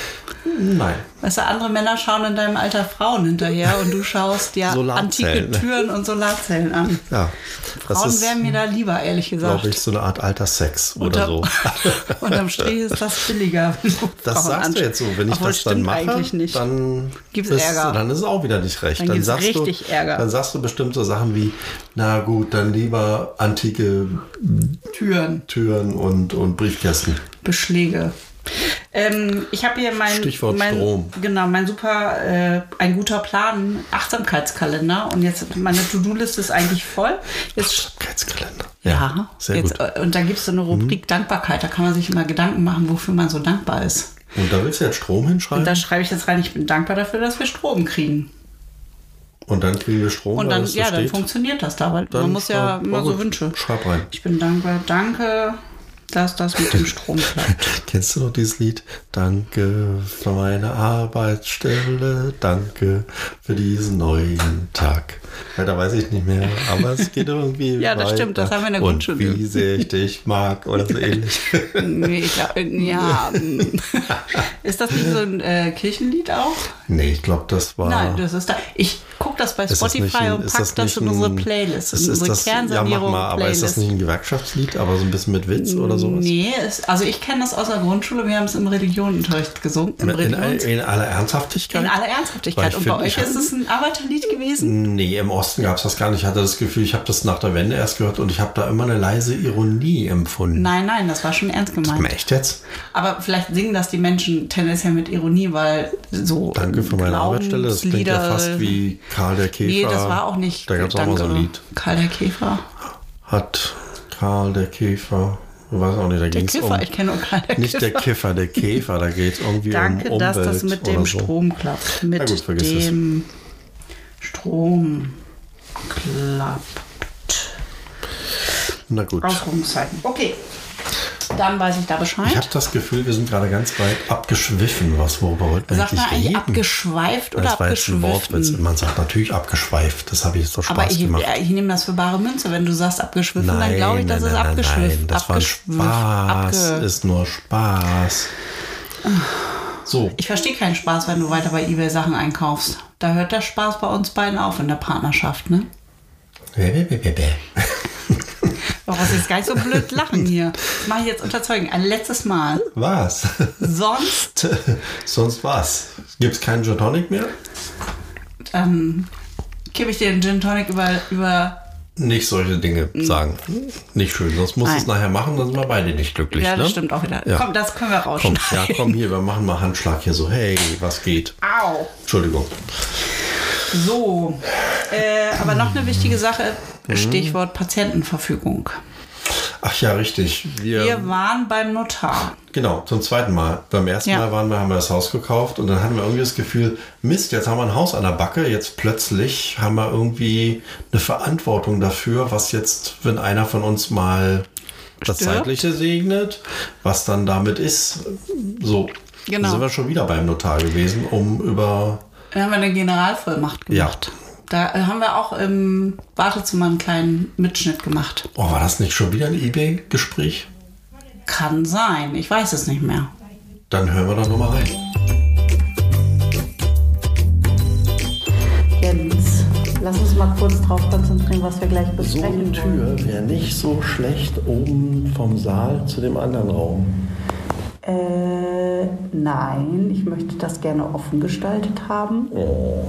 S1: Nein.
S3: Weißt du, andere Männer schauen in deinem Alter Frauen hinterher und du schaust dir
S1: Solarzellen, ne?
S3: antike Türen und Solarzellen an.
S1: Ja, das
S3: Frauen
S1: ist,
S3: wären mir da lieber, ehrlich gesagt.
S1: glaube ich, so eine Art alter Sex oder so.
S3: *laughs* unterm Strich ist das billiger. wenn du
S1: Das
S3: Frauen
S1: sagst du
S3: ansch-
S1: jetzt so. Wenn ich
S3: Obwohl,
S1: das dann
S3: stimmt
S1: mache,
S3: eigentlich nicht.
S1: dann
S3: Gibt's
S1: bist-
S3: Ärger.
S1: Dann ist es auch wieder nicht recht.
S3: Dann gibt's
S1: sagst
S3: richtig
S1: du,
S3: Ärger.
S1: Dann sagst du bestimmt so Sachen wie, na gut, dann lieber antike
S3: Türen,
S1: Türen und, und Briefkästen.
S3: Beschläge. Ähm, ich habe hier mein,
S1: Stichwort
S3: mein
S1: Strom.
S3: genau mein super äh, ein guter Plan Achtsamkeitskalender und jetzt meine To-Do-Liste ist eigentlich voll. Jetzt
S1: Achtsamkeitskalender.
S3: ja,
S1: sehr
S3: jetzt,
S1: gut. Mhm.
S3: äh, und da gibt es so eine Rubrik Dankbarkeit. Da kann man sich immer Gedanken machen, wofür man so dankbar ist.
S1: Und da willst du jetzt Strom hinschreiben?
S3: Und
S1: Und
S3: da
S1: dann,
S3: schreibe ich jetzt rein, ich bin dankbar dafür, dass wir Strom kriegen.
S1: kriegen wir Strom.
S3: Und
S1: weil
S3: dann,
S1: das so
S3: ja, dann
S1: steht.
S3: funktioniert das da, weil
S1: Dann
S3: man muss ja
S1: schreib-
S3: immer
S1: oh,
S3: so
S1: gut,
S3: Wünsche.
S1: Schreib rein.
S3: Ich bin dankbar, danke, dass das mit dem Strom
S1: *laughs*
S3: klappt.
S1: Kennst du noch dieses Lied? Danke für meine Arbeitsstelle, danke für diesen neuen Tag. Weiter weiß ich nicht mehr, aber es geht irgendwie
S3: *laughs* Ja, das
S1: weiter.
S3: stimmt, das haben wir in der
S1: Und
S3: Grundschule.
S1: Wie sehr ich dich mag oder so
S3: *laughs*
S1: ähnlich.
S3: nee, ich glaub, äh, ja. mm. ist das nicht so ein äh, Kirchenlied auch?
S1: Nee, ich glaube, das war.
S3: Nein, das ist da. Ich gucke das bei
S1: Ah. ist das
S3: Spotify
S1: nicht ein-
S3: und
S1: ist
S3: pack das,
S1: nicht
S3: in unsere
S1: ein-
S3: Playlist,
S1: ist-
S3: in
S1: ist
S3: unsere
S1: das- Ja, mach
S3: Kernsanierung
S1: mal, aber ist das
S3: Playlist.
S1: nicht ein Gewerkschaftslied, aber so ein bisschen mit Witz oder sowas?
S3: Nee, ist, also ich kenne das aus der Grundschule, wir haben es im Religionunterricht gesungen.
S1: In,
S3: Im
S1: in,
S3: Religions
S1: in aller
S3: in
S1: Ernsthaftigkeit?
S3: aller
S1: Weil
S3: Ernsthaftigkeit.
S1: ich
S3: Und
S1: find,
S3: bei euch
S1: ich hab- Hm.
S3: ist es ein Arbeiterlied gewesen?
S1: Nee, im Osten gab es das gar nicht. Ich hatte das Gefühl, ich habe das nach der Wende erst gehört und ich habe da immer eine leise Ironie empfunden.
S3: Nein, nein, das war schon ernst gemeint.
S1: Echt jetzt?
S3: Aber vielleicht singen das die Menschen tendenziell mit Ironie, weil so.
S1: Danke für meine Arbeitsstelle. Das klingt ja
S3: Glaubenslieder-
S1: fast wie Karl der Käfer.
S3: Nee, das war auch nicht.
S1: Da gab es auch mal so ein
S3: Danke.
S1: Lied.
S3: Karl der Käfer.
S1: Hat Karl der Käfer, ich weiß auch nicht, da
S3: Der
S1: ging es
S3: Käfer,
S1: um.
S3: ich kenne nur Karl der
S1: Nicht
S3: Käfer.
S1: der Käfer, der Käfer, da geht es irgendwie
S3: Danke,
S1: um Umwelt
S3: dass das mit dem
S1: oder so.
S3: Strom klappt. Mit
S1: gut, vergiss es.
S3: dem Strom klappt.
S1: Na gut.
S3: Ausrufungszeichen. Okay. Dann weiß ich da Bescheid.
S1: Ich habe das Gefühl, wir sind gerade ganz weit abgeschwiffen, was worüber wollten wir
S3: Sagt man
S1: eigentlich
S3: eigentlich
S1: reden?
S3: abgeschweift oder
S1: Das war jetzt ein Wortwitz.
S3: abgeschwiffen?
S1: Man sagt natürlich abgeschweift. Das habe ich jetzt doch Spaß
S3: Aber ich, äh,
S1: gemacht.
S3: ich nehme das für bare Münze. Wenn du sagst abgeschwiffen, dann glaube ich, dass es abgeschwiffen
S1: nein, das war Spaß. Ist nur Spaß. So,
S3: Ich verstehe keinen Spaß, wenn du weiter bei eBay Sachen einkaufst. Da hört der Spaß bei uns beiden auf in der Partnerschaft, ne?
S1: Bäh, bäh, bäh, bäh.
S3: Warum ist jetzt gar nicht so blöd lachen hier? Das mache ich jetzt unterzeugen. Ein letztes Mal.
S1: *laughs* was? *laughs*
S3: Sonst
S1: Sonst was? Gibt es keinen Gin Tonic mehr?
S3: ähm, kippe ich dir den Gin Tonic über, über
S1: Nicht solche Dinge sagen. Nicht schön. Sonst musst du es
S3: Hm. Nein.
S1: nachher machen, dann sind wir beide nicht glücklich.
S3: Ja, das
S1: ne?
S3: stimmt auch wieder.
S1: Ja.
S3: Komm, das können wir
S1: Komm,
S3: rausschneiden.
S1: ja, komm hier, wir machen mal Handschlag hier so. Hey, was geht?
S3: Au.
S1: Entschuldigung.
S3: So. Äh, aber noch eine wichtige Sache.
S1: Mhm.
S3: Stichwort Patientenverfügung.
S1: Ach ja, richtig. Wir,
S3: Wir waren beim Notar.
S1: genau, zum zweiten Mal. Beim ersten
S3: Ja.
S1: Mal waren wir, haben wir das Haus gekauft und dann hatten wir irgendwie das Gefühl, Mist, jetzt haben wir ein Haus an der Backe, jetzt plötzlich haben wir irgendwie eine Verantwortung dafür, was jetzt, wenn einer von uns mal das
S3: Stirbt.
S1: Zeitliche segnet, was dann damit ist. So.
S3: Genau.
S1: Dann sind wir schon wieder beim Notar gewesen, um über
S3: Dann haben wir eine Generalvollmacht gemacht. Da äh, haben wir auch im Wartezimmer einen kleinen Mitschnitt gemacht.
S1: Oh, war das nicht schon wieder ein eBay-Gespräch?
S3: Kann sein, ich weiß es nicht mehr.
S1: Dann hören wir doch nochmal rein.
S5: Jens, lass uns mal kurz drauf konzentrieren, was wir gleich
S6: So eine
S5: besprechen wollen.
S6: Tür wäre nicht so schlecht oben vom Saal zu dem anderen Raum.
S5: Äh, nein, ich möchte das gerne offen gestaltet haben.
S6: Oh.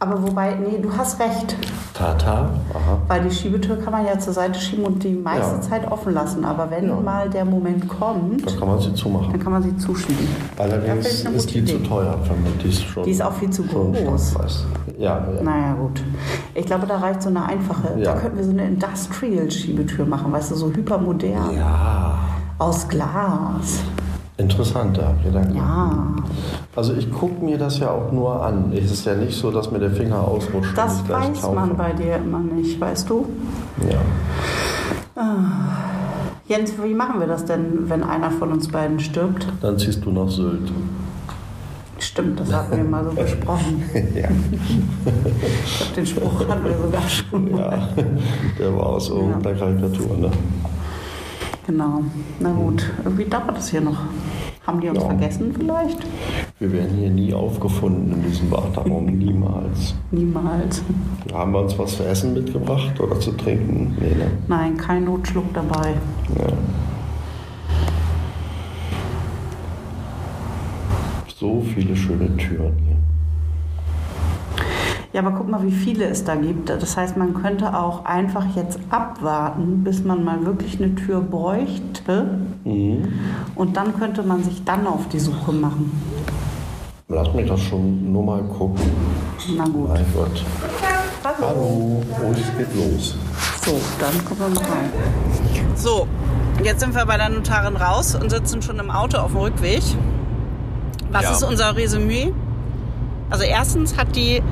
S5: Aber wobei, nee, du hast recht,
S6: Tata. Aha.
S5: weil die Schiebetür kann man ja zur Seite schieben und die meiste
S6: Ja.
S5: Zeit offen lassen. Aber wenn
S6: Ja.
S5: mal der Moment kommt,
S6: Da kann man sie
S5: dann
S6: zumachen.
S5: kann man sie zuschieben. Ja,
S6: Allerdings
S5: finde ich eine
S6: ist
S5: gute
S6: die zu
S5: Idee.
S6: teuer, vermutlich. ist schon-
S5: Die ist auch viel zu
S6: schon
S5: groß.
S6: Standpreis. Ja, ja.
S5: Naja, gut. Ich glaube, da reicht so eine einfache.
S6: Ja.
S5: Da könnten wir so eine Industrial-Schiebetür machen, weißt du, so hypermodern.
S6: ja.
S5: Aus Glas.
S6: interessanter Gedanke.
S5: Ja.
S6: Also ich gucke mir das ja auch nur an. Es ist ja nicht so, dass mir der Finger ausrutscht. und
S5: Das
S6: ich gleich
S5: weiß
S6: taufe.
S5: man bei dir immer nicht, weißt du?
S6: Ja.
S5: Jens, wie machen wir das denn, wenn einer von uns beiden stirbt?
S6: Dann ziehst du nach Sylt.
S5: Stimmt, das hatten wir
S6: *laughs*
S5: mal so besprochen.
S6: ja.
S5: *laughs* Ich glaube, den Spruch hatten wir sogar schon. mal.
S6: ja. *laughs* Der war aus irgendeiner Karikatur, ne?
S5: Genau. Na gut, irgendwie dauert das hier noch. Haben die uns
S6: Ja.
S5: vergessen vielleicht?
S6: Wir werden hier nie aufgefunden in diesem Warteraum, niemals.
S5: Niemals.
S6: Haben wir uns was zu essen mitgebracht oder zu trinken? Nee, ne?
S5: Nein, kein Notschluck dabei.
S6: Ja. So viele schöne Türen hier.
S5: Ja, aber guck mal, wie viele es da gibt. Das heißt, man könnte auch einfach jetzt abwarten, bis man mal wirklich eine Tür bräuchte.
S4: Mhm.
S5: Und dann könnte man sich dann auf die Suche machen.
S6: Lass mich das schon nur mal gucken.
S5: Na gut.
S6: Mein Gott.
S5: Hallo.
S6: Hallo, oh, es geht los.
S5: So, dann gucken wir mal rein.
S3: So, jetzt sind wir bei der Notarin raus und sitzen schon im Auto auf dem Rückweg. Was
S4: Ja.
S3: ist unser Resümee? Also erstens hat die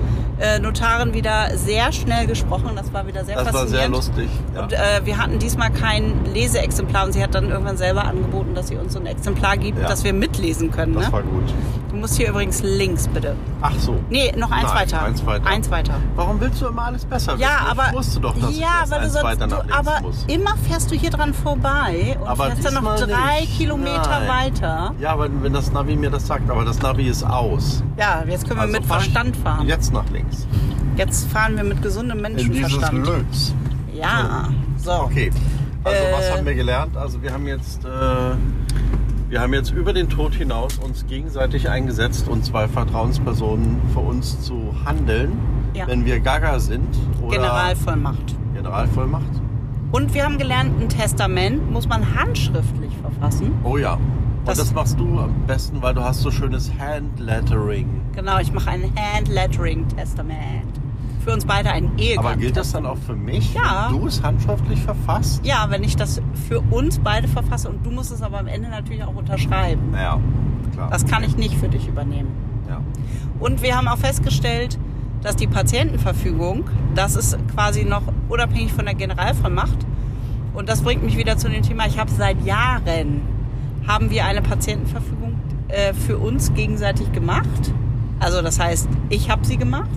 S3: äh, Notarin wieder sehr schnell gesprochen. Das war wieder sehr
S4: Das war
S3: faszinierend.
S4: sehr lustig. Ja.
S3: Und äh, wir hatten diesmal kein Leseexemplar und sie hat dann irgendwann selber angeboten, dass sie uns so ein Exemplar gibt,
S4: Ja.
S3: dass wir mitlesen können.
S4: Das
S3: Ne?
S4: war gut.
S3: Du musst hier übrigens links bitte.
S4: Ach so.
S3: Nee, noch eins
S4: Nein,
S3: weiter.
S4: Eins weiter.
S3: Eins weiter.
S4: Warum willst du immer alles besser wissen?
S3: Ja, aber
S4: Ich wusste doch, dass
S3: ja, weil
S4: ich das
S3: du
S4: eins
S3: sonst,
S4: weiter nach
S3: du,
S4: links
S3: aber
S4: muss.
S3: immer fährst du hier dran vorbei und
S4: Aber
S3: fährst dann noch
S4: diesmal
S3: drei
S4: nicht.
S3: Kilometer
S4: Nein.
S3: weiter.
S4: Ja, wenn, wenn das Navi mir das sagt, aber das Navi ist aus.
S3: Ja, jetzt können wir
S4: Also
S3: mit
S4: fahr ich
S3: Verstand fahren.
S4: Jetzt nach links.
S3: Jetzt fahren wir mit gesundem
S4: In dieses
S3: Menschenverstand.
S4: Lötz.
S3: ja, so.
S4: Okay. Also
S3: Äh.
S4: was haben wir gelernt? Also wir haben jetzt äh, wir haben jetzt über den Tod hinaus uns gegenseitig eingesetzt und zwei Vertrauenspersonen für uns zu handeln,
S3: Ja.
S4: wenn wir Gaga sind oder
S3: Generalvollmacht.
S4: Generalvollmacht.
S3: Und wir haben gelernt, ein Testament muss man handschriftlich verfassen.
S4: Oh ja. Und
S3: Das-
S4: das, machst du am besten, weil du hast so schönes Handlettering.
S3: Genau, ich mache ein Handlettering-Testament. Für uns beide ein Ehegatten.
S4: Aber gilt das dann auch für mich?
S3: Ja.
S4: wenn Du es handschriftlich verfasst?
S3: Ja, wenn ich das für uns beide verfasse und du musst es aber am Ende natürlich auch unterschreiben.
S4: Ja, klar.
S3: Das kann ich nicht für dich übernehmen.
S4: ja.
S3: Und wir haben auch festgestellt, dass die Patientenverfügung, das ist quasi noch unabhängig von der Generalvollmacht. Und das bringt mich wieder zu dem Thema, ich habe seit Jahren, haben wir eine Patientenverfügung äh, für uns gegenseitig gemacht. Also das heißt, ich habe sie gemacht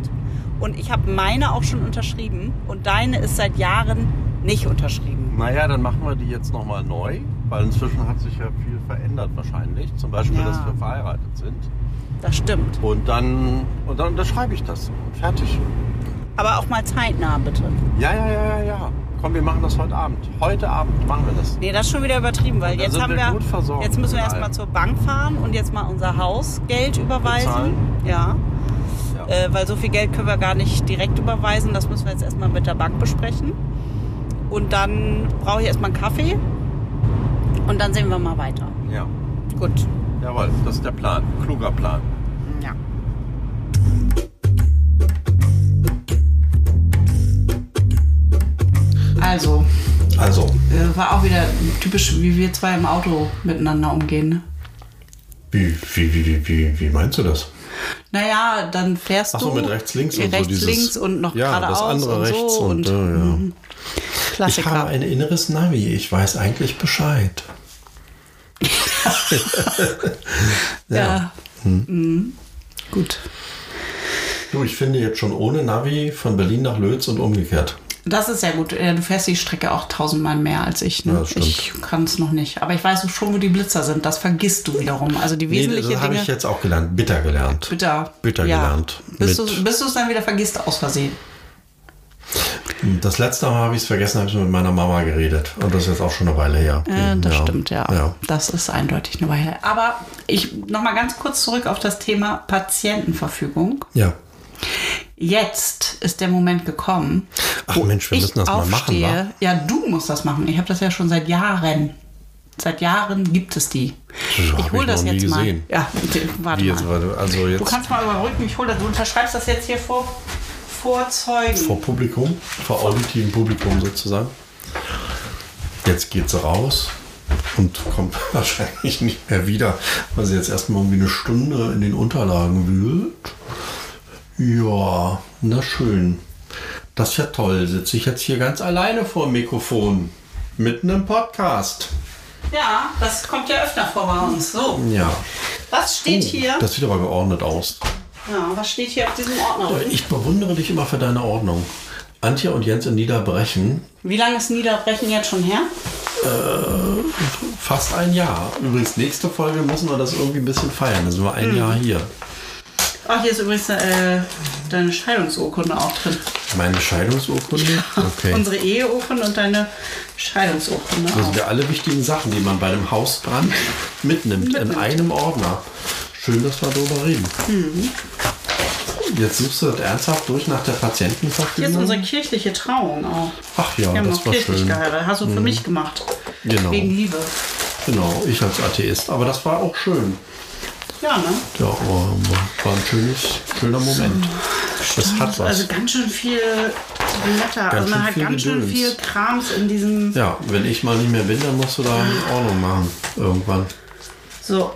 S3: und ich habe meine auch schon unterschrieben und deine ist seit Jahren nicht unterschrieben.
S4: Naja, dann machen wir die jetzt nochmal neu, weil inzwischen hat sich ja viel verändert wahrscheinlich. Zum Beispiel,
S3: Ja.
S4: dass wir verheiratet sind.
S3: Das stimmt.
S4: Und dann, und dann unterschreibe ich das. Und fertig.
S3: Aber auch mal zeitnah, bitte.
S4: Ja, ja, ja, ja, ja. Komm, wir machen das heute Abend. Heute Abend machen wir das.
S3: Nee, das ist schon wieder übertrieben, weil
S4: Da
S3: jetzt
S4: sind
S3: haben
S4: wir
S3: wir.
S4: gut versorgt
S3: jetzt müssen wir
S4: mit
S3: erstmal
S4: allem.
S3: zur Bank fahren und jetzt mal unser Hausgeld überweisen.
S4: Bezahlen.
S3: Ja.
S4: Ja.
S3: Äh, weil so viel Geld können wir gar nicht direkt überweisen. Das müssen wir jetzt erstmal mit der Bank besprechen. Und dann brauche ich erstmal einen Kaffee. Und dann sehen wir mal weiter.
S4: Ja.
S3: Gut.
S4: Jawohl, das ist der Plan. Kluger Plan.
S3: Ja. Also,
S1: Also,
S3: äh, typisch, wie wir zwei im Auto miteinander umgehen. Ne?
S1: Wie, wie, wie, wie, wie, wie meinst du das?
S3: Naja, dann fährst
S1: Ach so,
S3: du
S1: mit rechts, links und so
S3: rechts,
S1: dieses-
S3: links und noch
S1: Ja,
S3: geradeaus
S1: das andere
S3: und
S1: rechts
S3: so
S1: und,
S3: und,
S1: äh, ja.
S3: mhm.
S1: Ich habe
S3: Klassiker.
S1: ein inneres Navi. Ich weiß eigentlich Bescheid.
S3: ja.
S1: Hm.
S3: Mhm. Gut.
S1: Du, ich finde jetzt schon ohne Navi von Berlin nach Lötz und umgekehrt.
S3: Das ist ja gut. Äh, Du fährst die Strecke auch tausendmal mehr als ich.
S1: Ja,
S3: Ne?
S1: das stimmt.
S3: ich kann es noch nicht. Aber ich weiß schon, wo die Blitzer sind. Das vergisst du wiederum. Also die wesentlichen
S1: das habe
S3: Dinge.
S1: ich jetzt auch gelernt. Bitter gelernt.
S3: bitter.
S1: bitter gelernt.
S3: Bis
S1: Mit-
S3: du bis du es dann wieder vergisst, aus Versehen.
S1: Das letzte Mal habe ich es vergessen, habe ich mit meiner Mama geredet. Und das ist jetzt auch schon eine Weile her.
S3: Äh, das
S1: Ja.
S3: stimmt, ja. Das ist eindeutig eine Weile. her. Aber ich nochmal ganz kurz zurück auf das Thema Patientenverfügung.
S1: ja.
S3: Jetzt ist der Moment gekommen.
S1: Ach Mensch, wir
S3: Oh, ich
S1: müssen das mal machen,
S3: aufstehe.
S1: wa?
S3: Ja, du musst das machen. Ich habe das ja schon seit Jahren. Seit Jahren gibt es die.
S1: hab
S3: ich hol
S1: ich
S3: das
S1: noch nie
S3: jetzt mal.
S1: gesehen.
S3: Ja, d- warte
S1: Wie
S3: mal.
S1: jetzt, warte, also
S3: Du
S1: jetzt
S3: kannst mal überbrücken. Ich hole das. Du unterschreibst das jetzt hier vor, vor Zeugen.
S1: vor Publikum, vor auditivem Publikum sozusagen. Jetzt geht sie raus und kommt *laughs* wahrscheinlich nicht mehr wieder, weil sie jetzt erstmal irgendwie eine Stunde in den Unterlagen wühlt. Ja, na schön. Das ist ja toll. Sitze ich jetzt hier ganz alleine vor dem Mikrofon. Mitten im Podcast.
S3: Ja, das kommt ja öfter vor bei uns. So,
S1: Ja.
S3: was steht
S1: Oh,
S3: hier?
S1: Das sieht aber geordnet aus.
S3: Ja, was steht hier auf diesem Ordner?
S1: Ich bewundere dich immer für deine Ordnung. Antje und Jens in Niederbrechen.
S3: Wie lange ist Niederbrechen jetzt schon her?
S1: Fast ein Jahr. Übrigens, nächste Folge müssen wir das irgendwie ein bisschen feiern. Dann sind wir
S3: Hm.
S1: ein Jahr hier.
S3: Ach, Ah, hier ist übrigens äh, deine Scheidungsurkunde auch drin.
S1: Meine Scheidungsurkunde. Okay.
S3: *laughs*
S1: Also
S3: Unsere Eheurkunde und deine ne? Scheidungsurkunde.
S1: Das
S3: auch.
S1: sind ja alle wichtigen Sachen, die man bei einem Hausbrand mitnimmt, in einem Ordner. Schön, dass wir darüber reden.
S3: Mhm.
S1: Jetzt suchst du das ernsthaft durch nach der
S3: Hier ist unsere
S1: Patientenverfügung.
S3: kirchliche Trauung auch.
S1: Ach ja,
S3: Wir haben
S1: Ah, das
S3: noch
S1: war
S3: kirchlich
S1: schön. Mhm.
S3: geheiratet. Hast du für mich gemacht.
S1: Genau.
S3: Wegen Liebe.
S1: Genau, ich als Atheist. Aber das war auch schön.
S3: Ja, ne?
S1: Ja, war war ein schönes, schöner Moment. Das hat was.
S3: Also ganz schön viel Blätter.
S1: Ganz
S3: also man
S1: schön
S3: hat
S1: viel
S3: ganz schön
S1: Gedöns.
S3: viel Krams in diesem.
S1: ja, wenn ich mal nicht mehr bin, dann musst du da Ordnung machen. Irgendwann.
S3: So.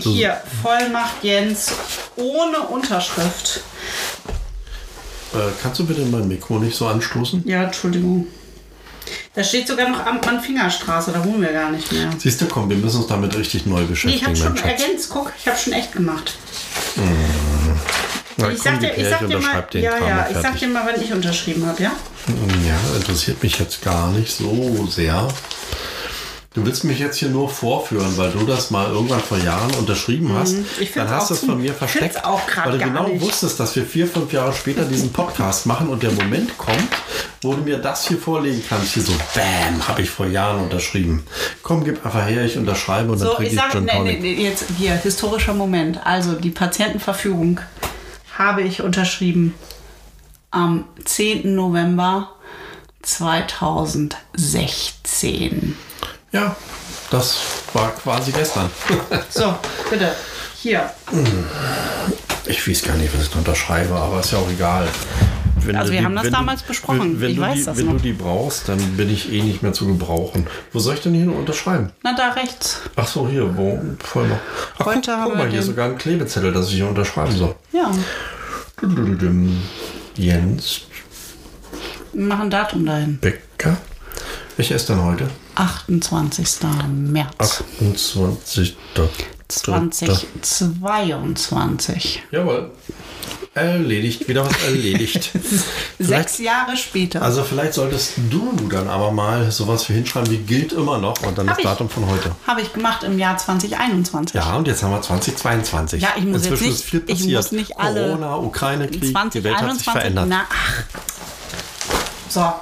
S3: Hier, Vollmacht Jens ohne Unterschrift.
S1: Äh, kannst du bitte mein Mikro nicht so anstoßen?
S3: Ja, Entschuldigung. Da steht sogar noch Amtmann Fingerstraße, da wohnen wir gar nicht mehr.
S1: Siehst du, komm, wir müssen uns damit richtig neu
S3: Nee, ich
S1: beschäftigen,
S3: habe schon
S1: mein Schatz.
S3: ergänzt, guck, ich habe schon echt gemacht.
S1: Na, komm,
S3: ich sag dir,
S1: Dicke,
S3: ich sag dir mal,
S1: unterschreib den
S3: ja,
S1: Kram
S3: ja,
S1: mal
S3: ich sag
S1: fertig.
S3: dir mal, wenn ich unterschrieben habe, ja?
S1: Ja, interessiert mich jetzt gar nicht so sehr. Du willst mich jetzt hier nur vorführen, weil du das mal irgendwann vor Jahren unterschrieben hast.
S3: Mhm. Ich find's
S1: dann hast
S3: auch
S1: du es
S3: zu-
S1: von mir
S3: ich find's
S1: versteckt,
S3: auch grad
S1: weil du
S3: gar
S1: genau
S3: nicht.
S1: wusstest, dass wir vier, fünf Jahre später diesen Podcast machen und der Moment kommt, wo du mir das hier vorlegen kannst. Hier so, bam, habe ich vor Jahren unterschrieben. Komm, gib einfach her, ich unterschreibe und dann
S3: So,
S1: trinke
S3: ich
S1: ich
S3: sag,
S1: John
S3: nee, nee,
S1: Tonic.
S3: nee, jetzt hier, historischer Moment. Also, die Patientenverfügung habe ich unterschrieben am 10. November 2016.
S1: Ja, das war quasi gestern.
S3: So, bitte, hier.
S1: Ich weiß gar nicht, was ich da unterschreibe, aber ist ja auch egal. Wenn
S3: Also
S1: du
S3: wir haben das
S1: wenn du-
S3: damals besprochen.
S1: Wenn, wenn
S3: Ich
S1: du
S3: weiß
S1: die,
S3: das
S1: Wenn
S3: noch.
S1: du die brauchst, dann bin ich eh nicht mehr zu gebrauchen. Wo soll ich denn hier nur unterschreiben?
S3: Na, da rechts.
S1: Ach so, hier, wo? Voll noch. Ach,
S3: Heute
S1: guck,
S3: haben
S1: guck
S3: wir
S1: mal, hier
S3: den-
S1: sogar ein Klebezettel, dass ich hier unterschreiben soll.
S3: Ja,
S1: Dudududim. Jens
S3: mach ein Datum dahin.
S1: Becker. Welcher ist denn heute?
S3: 28. März
S1: 28.
S3: 2022.
S1: Jawohl. Erledigt, wieder was erledigt. *laughs*
S3: Sechs Jahre später.
S1: Also vielleicht solltest du dann aber mal sowas für hinschreiben, wie gilt immer noch und dann
S3: Hab
S1: das
S3: ich.
S1: Datum von heute.
S3: Habe ich gemacht im Jahr 2021.
S1: Ja, Ah, und jetzt haben wir 2022.
S3: Ja, ich muss jetzt
S1: Inzwischen
S3: nicht-
S1: ist viel
S3: ich muss
S1: passiert.
S3: nicht alle-
S1: Corona, Ukraine-Krieg, die Welt hat sich
S3: 2021.
S1: verändert.
S3: Na, ach. So.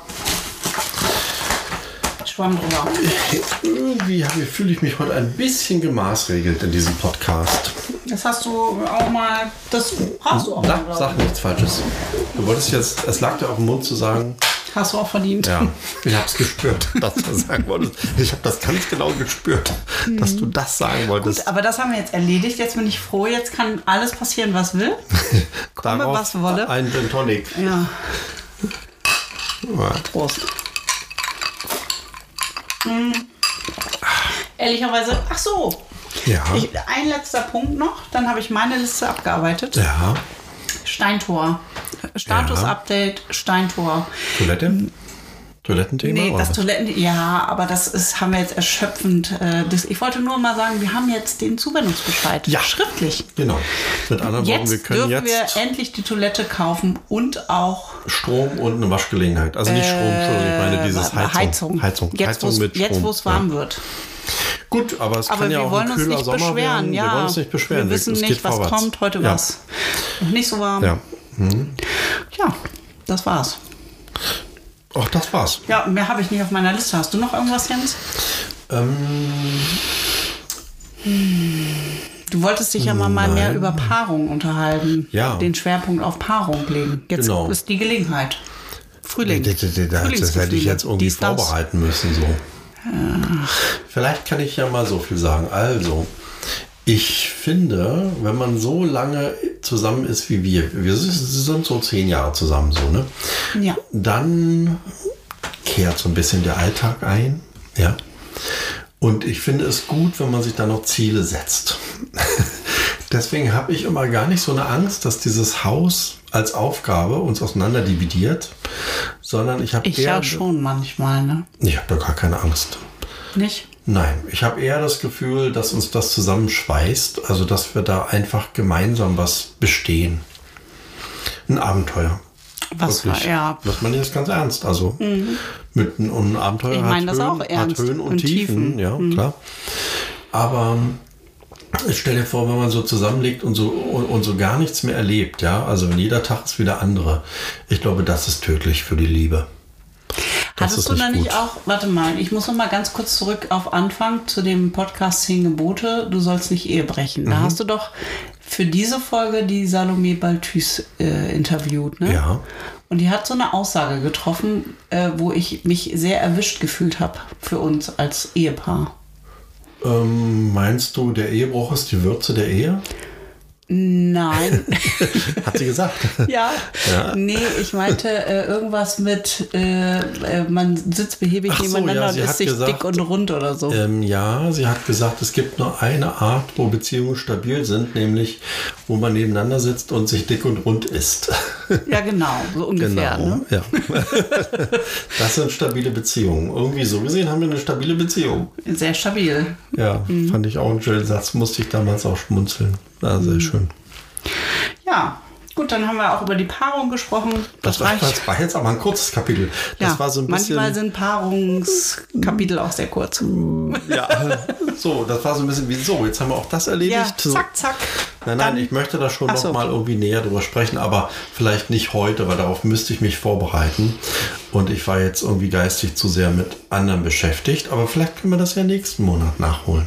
S3: Schwamm drüber.
S1: Irgendwie habe ich- fühle ich mich heute ein bisschen gemaßregelt in diesem Podcast.
S3: Das hast du auch mal. Das hast du auch mal.
S1: Sag,
S3: glaub
S1: sag nichts Falsches. Du wolltest jetzt, es lag dir auf dem Mund zu sagen,
S3: ich. Hast du auch verdient.
S1: ja, ich habe es gespürt, *laughs* dass du sagen wolltest. Ich habe das ganz genau gespürt, dass
S3: Mhm.
S1: du das sagen wolltest.
S3: Aber das haben wir jetzt erledigt. Jetzt bin ich froh. Jetzt kann alles passieren, was will. komme,
S1: Darauf
S3: was wolle.
S1: Ein Gin Tonic.
S3: Ja.
S1: Ja.
S3: Prost. Hm. ehrlicherweise, ach so.
S1: Ja.
S3: Ich, ein letzter Punkt noch, dann habe ich meine Liste abgearbeitet.
S1: Ja.
S3: Steintor. Status-Update, Steintor.
S1: Toilette? Toilettenthema?
S3: Nee,
S1: oder
S3: das
S1: was?
S3: Toiletten, ja, aber das ist, haben wir jetzt erschöpfend. Äh, das, ich wollte nur mal sagen, wir haben jetzt den Zuwendungsbescheid.
S1: Ja.
S3: Schriftlich.
S1: Genau. Mit anderen Worten,
S3: Jetzt
S1: wir können
S3: dürfen
S1: jetzt
S3: wir endlich die Toilette kaufen und auch
S1: Strom und eine Waschgelegenheit. Also nicht Strom, Entschuldigung, ich meine dieses
S3: äh,
S1: Heizung.
S3: Heizung.
S1: Heizung,
S3: Jetzt,
S1: Heizung
S3: wo's-
S1: mit Strom.
S3: Jetzt, wo es warm wird.
S1: wird. Gut, aber es
S3: Aber
S1: kann ja
S3: wir
S1: auch
S3: wollen
S1: ein
S3: uns
S1: kühler
S3: nicht
S1: Sommer
S3: beschweren.
S1: werden.
S3: Ja,
S1: Wir wollen uns nicht beschweren.
S3: Wir wissen
S1: es geht
S3: nicht, was
S1: vorwärts.
S3: kommt. Heute
S1: ja.
S3: was. Noch nicht so warm.
S1: Ja. Mhm.
S3: Ja, das war's.
S1: Ach, das war's.
S3: Ja, mehr habe ich nicht auf meiner Liste. Hast du noch irgendwas, Jens?
S1: Ähm,
S3: Du wolltest dich ja mal, mal mehr über Paarung unterhalten.
S1: Ja.
S3: Den Schwerpunkt auf Paarung legen. Jetzt
S1: Genau.
S3: ist die Gelegenheit. Frühling.
S1: das, das, das, das hätte ich
S3: Frühlingsgefühle.
S1: jetzt irgendwie
S3: Dies, das.
S1: vorbereiten müssen. So. Vielleicht kann ich ja mal so viel sagen. Also, ich finde, wenn man so lange zusammen ist wie wir, wir sind so zehn Jahre zusammen, so, ne?
S3: Ja.
S1: dann kehrt so ein bisschen der Alltag ein. Ja. Und ich finde es gut, wenn man sich da noch Ziele setzt. *laughs* Deswegen habe ich immer gar nicht so eine Angst, dass dieses Haus als Aufgabe uns auseinander dividiert, sondern ich habe
S3: Ich ja
S1: eher
S3: schon manchmal, ne?
S1: ich habe da gar keine Angst.
S3: Nicht?
S1: Nein, ich habe eher das Gefühl, dass uns das zusammenschweißt, also dass wir da einfach gemeinsam was bestehen. Ein Abenteuer.
S3: Was war,
S1: Wirklich.
S3: ja. Mhm.
S1: Das meine ich jetzt ganz ernst. Also mit einem um ein Abenteuer
S3: Ich meine das auch ernst.
S1: hat Höhen und,
S3: Und
S1: Tiefen,
S3: Tiefen. Mhm.
S1: ja, klar. Aber ähm, ich stelle dir vor, wenn man so zusammenlegt und so, und so gar nichts mehr erlebt, ja, also wenn jeder Tag ist wieder andere, ich glaube, das ist tödlich für die Liebe. Das ist
S3: Hattest du da
S1: nicht
S3: nicht
S1: gut.
S3: auch, warte mal, ich muss noch mal ganz kurz zurück auf Anfang zu dem Podcast 10 Gebote, du sollst nicht Ehe brechen.
S1: Mhm.
S3: Da hast du doch für diese Folge die Salome Baltüs äh, interviewt, ne?
S1: Ja.
S3: Und die hat so eine Aussage getroffen, äh, wo ich mich sehr erwischt gefühlt habe für uns als Ehepaar.
S1: Ähm, meinst du, der Ehebruch ist die Würze der Ehe? *laughs*
S3: Nein,
S1: Hat sie gesagt.
S3: *laughs* ja. Nee, ich meinte äh, irgendwas mit, äh, äh, man sitzt behäbig
S1: Ach so,
S3: nebeneinander
S1: ja,
S3: und
S1: sie
S3: ist
S1: hat
S3: sich dick
S1: gesagt,
S3: und rund oder so.
S1: Ähm, ja, sie hat gesagt, es gibt nur eine Art, wo Beziehungen stabil sind, nämlich wo man nebeneinander sitzt und sich dick und rund isst. *laughs*
S3: ja, genau, so ungefähr. Ne?
S1: ja. *laughs* das sind stabile Beziehungen. Irgendwie so gesehen haben wir eine stabile Beziehung.
S3: Sehr stabil.
S1: Ja,
S3: Mhm.
S1: fand ich auch einen schönen Satz. Musste ich damals auch schmunzeln. War
S3: Mhm.
S1: sehr schön.
S3: Ja, gut, dann haben wir auch über die Paarung gesprochen.
S1: Das, war, das war jetzt aber ein kurzes Kapitel. Das
S3: ja,
S1: war so ein bisschen. Hm,
S3: Manchmal sind Paarungskapitel auch sehr kurz.
S1: ja, *laughs* so, das war so ein bisschen wie so. Jetzt haben wir auch das erledigt.
S3: Ja,
S1: So.
S3: zack, zack.
S1: Nein, nein, ich möchte da schon
S3: Ach
S1: noch
S3: so.
S1: mal irgendwie näher drüber sprechen, aber vielleicht nicht heute, weil darauf müsste ich mich vorbereiten. Und ich war jetzt irgendwie geistig zu sehr mit anderen beschäftigt, aber vielleicht können wir das ja nächsten Monat nachholen.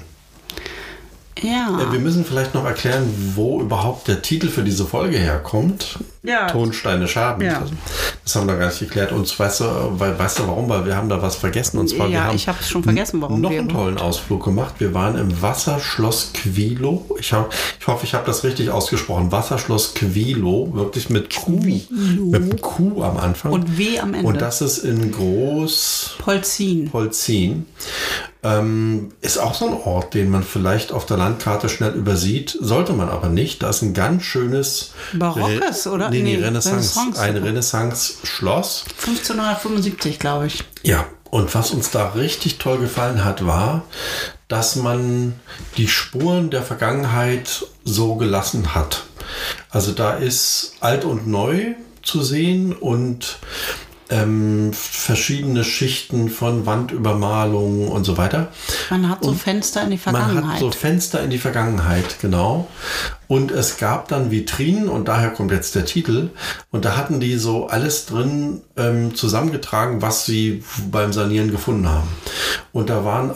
S1: Äh,
S3: Ja.
S1: Wir müssen vielleicht noch erklären, wo überhaupt der Titel für diese Folge herkommt.
S3: Ja.
S1: Tonsteine Schaden.
S3: Ja.
S1: Das, das haben wir gar nicht geklärt. Und weißt du, weil, weißt du warum? Weil wir haben da was vergessen. Und zwar,
S3: Ja,
S1: wir haben
S3: ich hab's schon vergessen, warum
S1: noch
S3: wir-
S1: einen tollen Ausflug gemacht. Wir waren im Wasserschloss Quilo. Ich, hab, ich hoffe, ich habe das richtig ausgesprochen. Wasserschloss Quilo, wirklich mit Q. Mit einem Q am Anfang.
S3: Und W am Ende.
S1: Und das ist in Groß...
S3: Polzin.
S1: Polzin. Ähm, ist auch so ein Ort, den man vielleicht auf der Landkarte schnell übersieht, sollte man aber nicht. Da ist ein ganz schönes
S3: Barockes, oder?
S1: Nee, nee,
S3: Nee,
S1: Renaissance.
S3: Renaissance.
S1: Ein Renaissance-Schloss.
S3: 1575, glaube ich.
S1: Ja, und was uns da richtig toll gefallen hat, war, dass man die Spuren der Vergangenheit so gelassen hat. Also da ist alt und neu zu sehen und ähm, verschiedene Schichten von Wandübermalungen und so weiter.
S3: Man hat so
S1: Und
S3: Fenster in die
S1: Man
S3: Vergangenheit.
S1: hat so Fenster in die Vergangenheit, genau. Und es gab dann Vitrinen und daher kommt jetzt der Titel. Und da hatten die so alles drin ähm, zusammengetragen, was sie beim Sanieren gefunden haben. Und da waren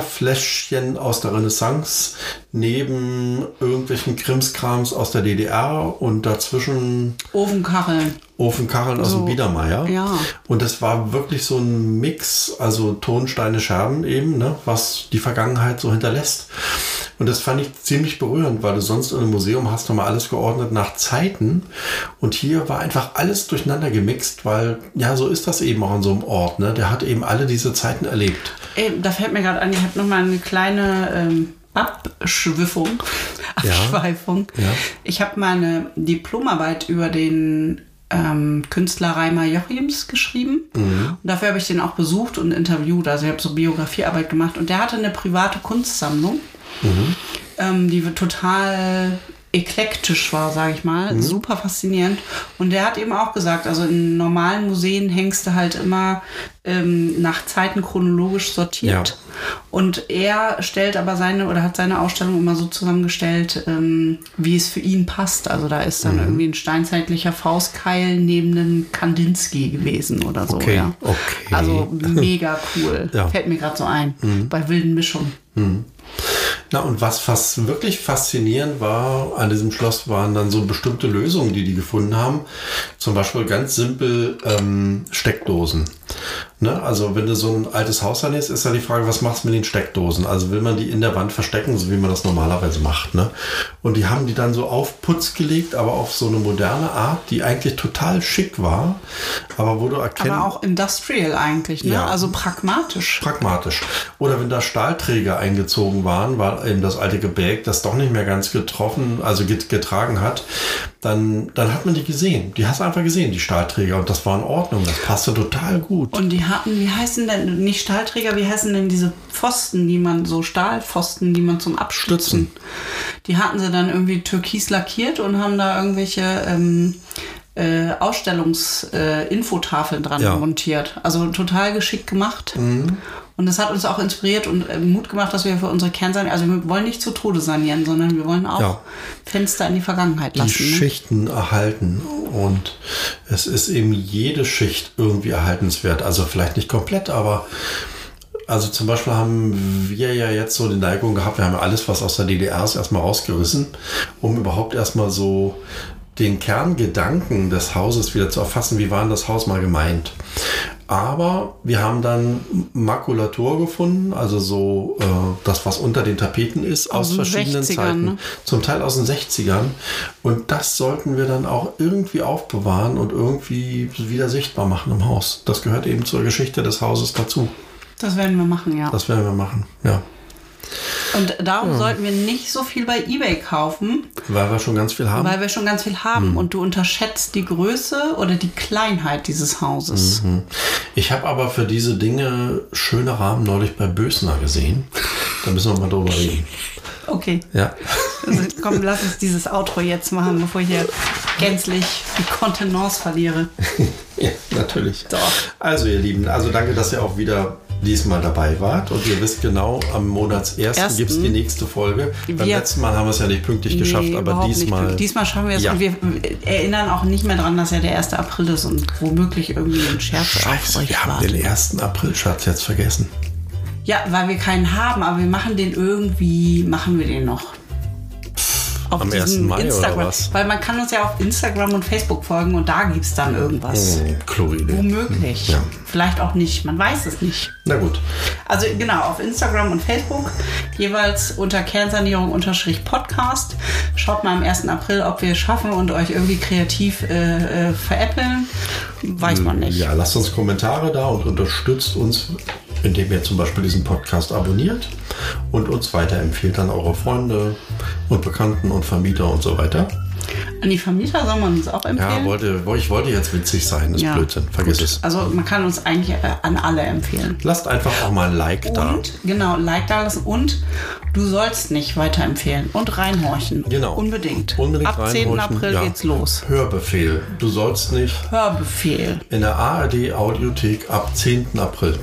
S1: Apothekerfläschchen aus der Renaissance neben irgendwelchen Krimskrams aus der DDR und dazwischen
S3: Ofenkacheln.
S1: Ofenkacheln aus
S3: So,
S1: dem Biedermeier.
S3: ja.
S1: Und das war wirklich so ein Mix, also Tonsteine, Scherben eben, ne, was die Vergangenheit so hinterlässt. Und das fand ich ziemlich berührend, weil du sonst in einem Museum hast du mal alles geordnet nach Zeiten. Und hier war einfach alles durcheinander gemixt, weil ja, so ist das eben auch an so einem Ort. Ne? Der hat eben alle diese Zeiten erlebt.
S3: Ey, da fällt mir gerade an, ich habe nochmal eine kleine ähm, Abschwiffung, Abschweifung.
S1: ja.
S3: Ich habe meine Diplomarbeit über den ähm, Künstler Reimer Jochims geschrieben.
S1: Mhm.
S3: Und dafür habe ich den auch besucht und interviewt. Also ich habe so Biografiearbeit gemacht. Und der hatte eine private Kunstsammlung, ähm, die total eklektisch war, sage ich mal.
S1: Mhm.
S3: Super faszinierend. Und der hat eben auch gesagt, also in normalen Museen hängst du halt immer ähm, nach Zeiten chronologisch sortiert.
S1: Ja.
S3: Und er stellt aber seine oder hat seine Ausstellung immer so zusammengestellt, ähm, wie es für ihn passt. Also da ist
S1: Mhm.
S3: dann irgendwie ein steinzeitlicher Faustkeil neben einem Kandinsky gewesen oder so.
S1: Okay,
S3: ja.
S1: okay. *laughs*
S3: Also mega cool.
S1: Ja. Mhm.
S3: Fällt mir gerade so ein. Bei wilden Mischungen.
S1: Na, und was fast wirklich faszinierend war an diesem Schloss, waren dann so bestimmte Lösungen, die die gefunden haben. Zum Beispiel ganz simpel ähm, Steckdosen. Ne? Also, wenn du so ein altes Haus anlegst, ist ja die Frage, was machst du mit den Steckdosen? Also, will man die in der Wand verstecken, so wie man das normalerweise macht. Ne? Und die haben die dann so auf Putz gelegt, aber auf so eine moderne Art, die eigentlich total schick war, aber wo du erkennen
S3: Aber auch industrial eigentlich, ne?
S1: Ja.
S3: Also pragmatisch.
S1: pragmatisch. Oder wenn da Stahlträger eingezogen waren, war eben das alte Gebälk, das doch nicht mehr ganz getroffen, also get- getragen hat, dann, dann hat man die gesehen. Die hast du einfach gesehen, die Stahlträger. Und das war in Ordnung. Das passte total gut.
S3: Und die hatten, wie heißen denn, nicht Stahlträger, wie heißen denn diese Pfosten, die man, so Stahlpfosten, die man zum Abstützen. Die hatten sie dann irgendwie türkis lackiert und haben da irgendwelche ähm, äh, Ausstellungsinfotafeln äh, Infotafeln dran
S1: Ja. Mhm.
S3: montiert. Also total geschickt gemacht. Und das hat uns auch inspiriert und äh, Mut gemacht, dass wir für unsere Kernsanierung, also wir wollen nicht zu Tode sanieren, sondern wir wollen auch
S1: Ja.
S3: Fenster in die Vergangenheit
S1: die
S3: lassen. ne?
S1: Schichten erhalten und es ist eben jede Schicht irgendwie erhaltenswert. Also vielleicht nicht komplett, aber also zum Beispiel haben wir ja jetzt so die Neigung gehabt, wir haben ja alles, was aus der DDR ist, erstmal rausgerissen, um überhaupt erstmal so den Kerngedanken des Hauses wieder zu erfassen, wie war denn das Haus mal gemeint. Aber wir haben dann Makulatur gefunden, also so äh, das, was unter den Tapeten ist, aus,
S3: Aus den
S1: verschiedenen
S3: 60ern,
S1: Zeiten
S3: ne?
S1: zum Teil aus den 60ern. Und das sollten wir dann auch irgendwie aufbewahren und irgendwie wieder sichtbar machen im Haus. Das gehört eben zur Geschichte des Hauses dazu.
S3: Das werden wir machen, ja.
S1: Das werden wir machen, ja.
S3: Und darum sollten wir nicht so viel bei eBay kaufen,
S1: Weil wir schon ganz viel haben.
S3: weil wir schon ganz viel
S1: Mhm.
S3: haben. Und du unterschätzt die Größe oder die Kleinheit dieses Hauses.
S1: Mhm. Ich habe aber für diese Dinge schöne Rahmen neulich bei Bösner gesehen. Da müssen wir mal drüber reden.
S3: Okay,
S1: Ja. *laughs*
S3: also, komm, lass uns dieses Outro jetzt machen, bevor ich hier gänzlich die Kontenance verliere.
S1: Ja, natürlich. Also ihr Lieben, also danke, dass ihr auch wieder diesmal dabei wart. Und ihr wisst genau, am Monatsersten
S3: Ersten.
S1: gibt es die nächste Folge. Beim
S3: Wir-
S1: letzten Mal haben wir es ja nicht pünktlich geschafft,
S3: Nee,
S1: aber
S3: überhaupt
S1: diesmal.
S3: Nicht. Diesmal schaffen wir es
S1: Ja.
S3: und wir erinnern auch nicht mehr dran, dass ja der 1. April ist und womöglich irgendwie ein Scherz
S1: Scheiße,
S3: auf euch
S1: wir haben
S3: wartet.
S1: den 1. April-Schatz jetzt vergessen.
S3: Ja, weil wir keinen haben, aber wir machen den irgendwie, machen wir den noch. Auf
S1: Am 1.
S3: diesem
S1: Mai oder
S3: Instagram.
S1: was?
S3: Weil man kann uns ja auf Instagram und Facebook folgen und da gibt es dann irgendwas.
S1: Chloridee.
S3: Womöglich.
S1: Oh. Ja.
S3: Vielleicht auch nicht, man weiß es nicht.
S1: Na gut.
S3: Also genau, auf Instagram und Facebook jeweils unter Kernsanierung unterstrich Podcast. Schaut mal am 1. April, ob wir es schaffen und euch irgendwie kreativ äh, äh, veräppeln. Weiß man nicht.
S1: Hm, Ja, lasst uns Kommentare da und unterstützt uns, indem ihr zum Beispiel diesen Podcast abonniert und uns weiterempfehlt an eure Freunde und Bekannten und Vermieter und so weiter.
S3: An die Vermieter soll man uns auch empfehlen.
S1: Ja, wollte, ich wollte jetzt witzig sein, ist
S3: Ja.
S1: Blödsinn, vergiss
S3: Gut.
S1: es.
S3: Also man kann uns eigentlich äh, an alle empfehlen.
S1: Lasst einfach auch mal ein Like da.
S3: Und genau, Like da lassen und du sollst nicht weiterempfehlen und reinhorchen.
S1: Genau.
S3: Unbedingt.
S1: Unbedingt
S3: Ab 10.
S1: reinhorchen.
S3: April
S1: Ja.
S3: geht's los.
S1: Hörbefehl. Du sollst nicht
S3: Hörbefehl.
S1: in der ARD Audiothek ab 10.
S3: *laughs*
S1: April.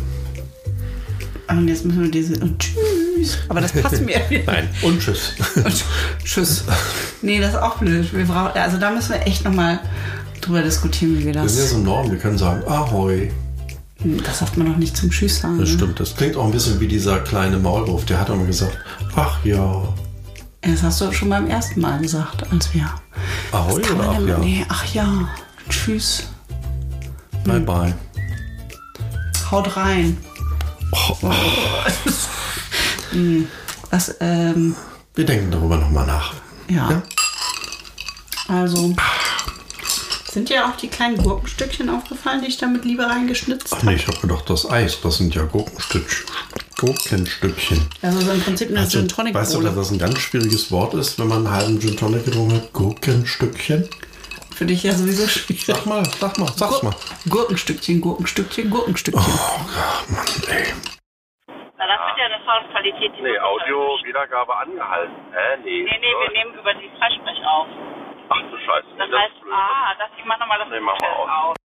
S3: Und jetzt müssen wir diese. Und tschüss. Aber das
S1: *laughs*
S3: passt mir.
S1: Nein. Und tschüss. *laughs*
S3: Und tschüss. Nee, das ist auch blöd. Wir brauchen, also da müssen wir echt nochmal drüber diskutieren, wie wir
S1: Wir sind ja
S3: das.
S1: so Norm, wir können sagen, ahoi.
S3: Das sagt man doch nicht zum Tschüss sagen.
S1: Das
S3: ne?
S1: stimmt, das klingt auch ein bisschen wie dieser kleine Maulwurf, der hat immer gesagt, ach ja,
S3: Das hast du schon beim ersten Mal gesagt, als wir.
S1: ahoi
S3: Kann
S1: oder
S3: man
S1: ach
S3: denn-
S1: ja,
S3: Nee, ach ja. Tschüss.
S1: bye bye.
S3: Haut
S1: Oh.
S3: rein. Mm, Was, ähm,
S1: Wir denken darüber nochmal nach.
S3: Ja. Also sind ja auch die kleinen Gurkenstückchen aufgefallen, die ich damit lieber reingeschnitzt
S1: Ach
S3: habe.
S1: nee, ich habe gedacht, das Eis, das sind ja Gurkenstück, Gurkenstückchen.
S3: Also so im Prinzip eine
S1: Also,
S3: Gin Tonic
S1: weißt du, dass
S3: Bowl.
S1: das ein ganz schwieriges Wort ist, wenn man einen halben Gin Tonic getrunken hat? Gurkenstückchen?
S3: Für dich ja sowieso schwierig.
S1: Sag mal, sag mal, sag's mal.
S3: Gurkenstückchen, Gurkenstückchen, Gurkenstückchen.
S1: Mann, ey.
S7: Na, das wird ja eine Soundqualität, die
S8: Nee,
S7: wir
S8: Audio, Wiedergabe angehalten. Hä? Nee. ne?
S7: Nee, nee, wir nehmen über die Freisprech auf.
S8: Ach du Scheiße.
S7: Das
S8: ist
S7: heißt,
S8: blöd.
S7: ah, das jemand nochmal das
S8: Nee, machen wir
S7: Hotel
S8: aus.
S7: auf.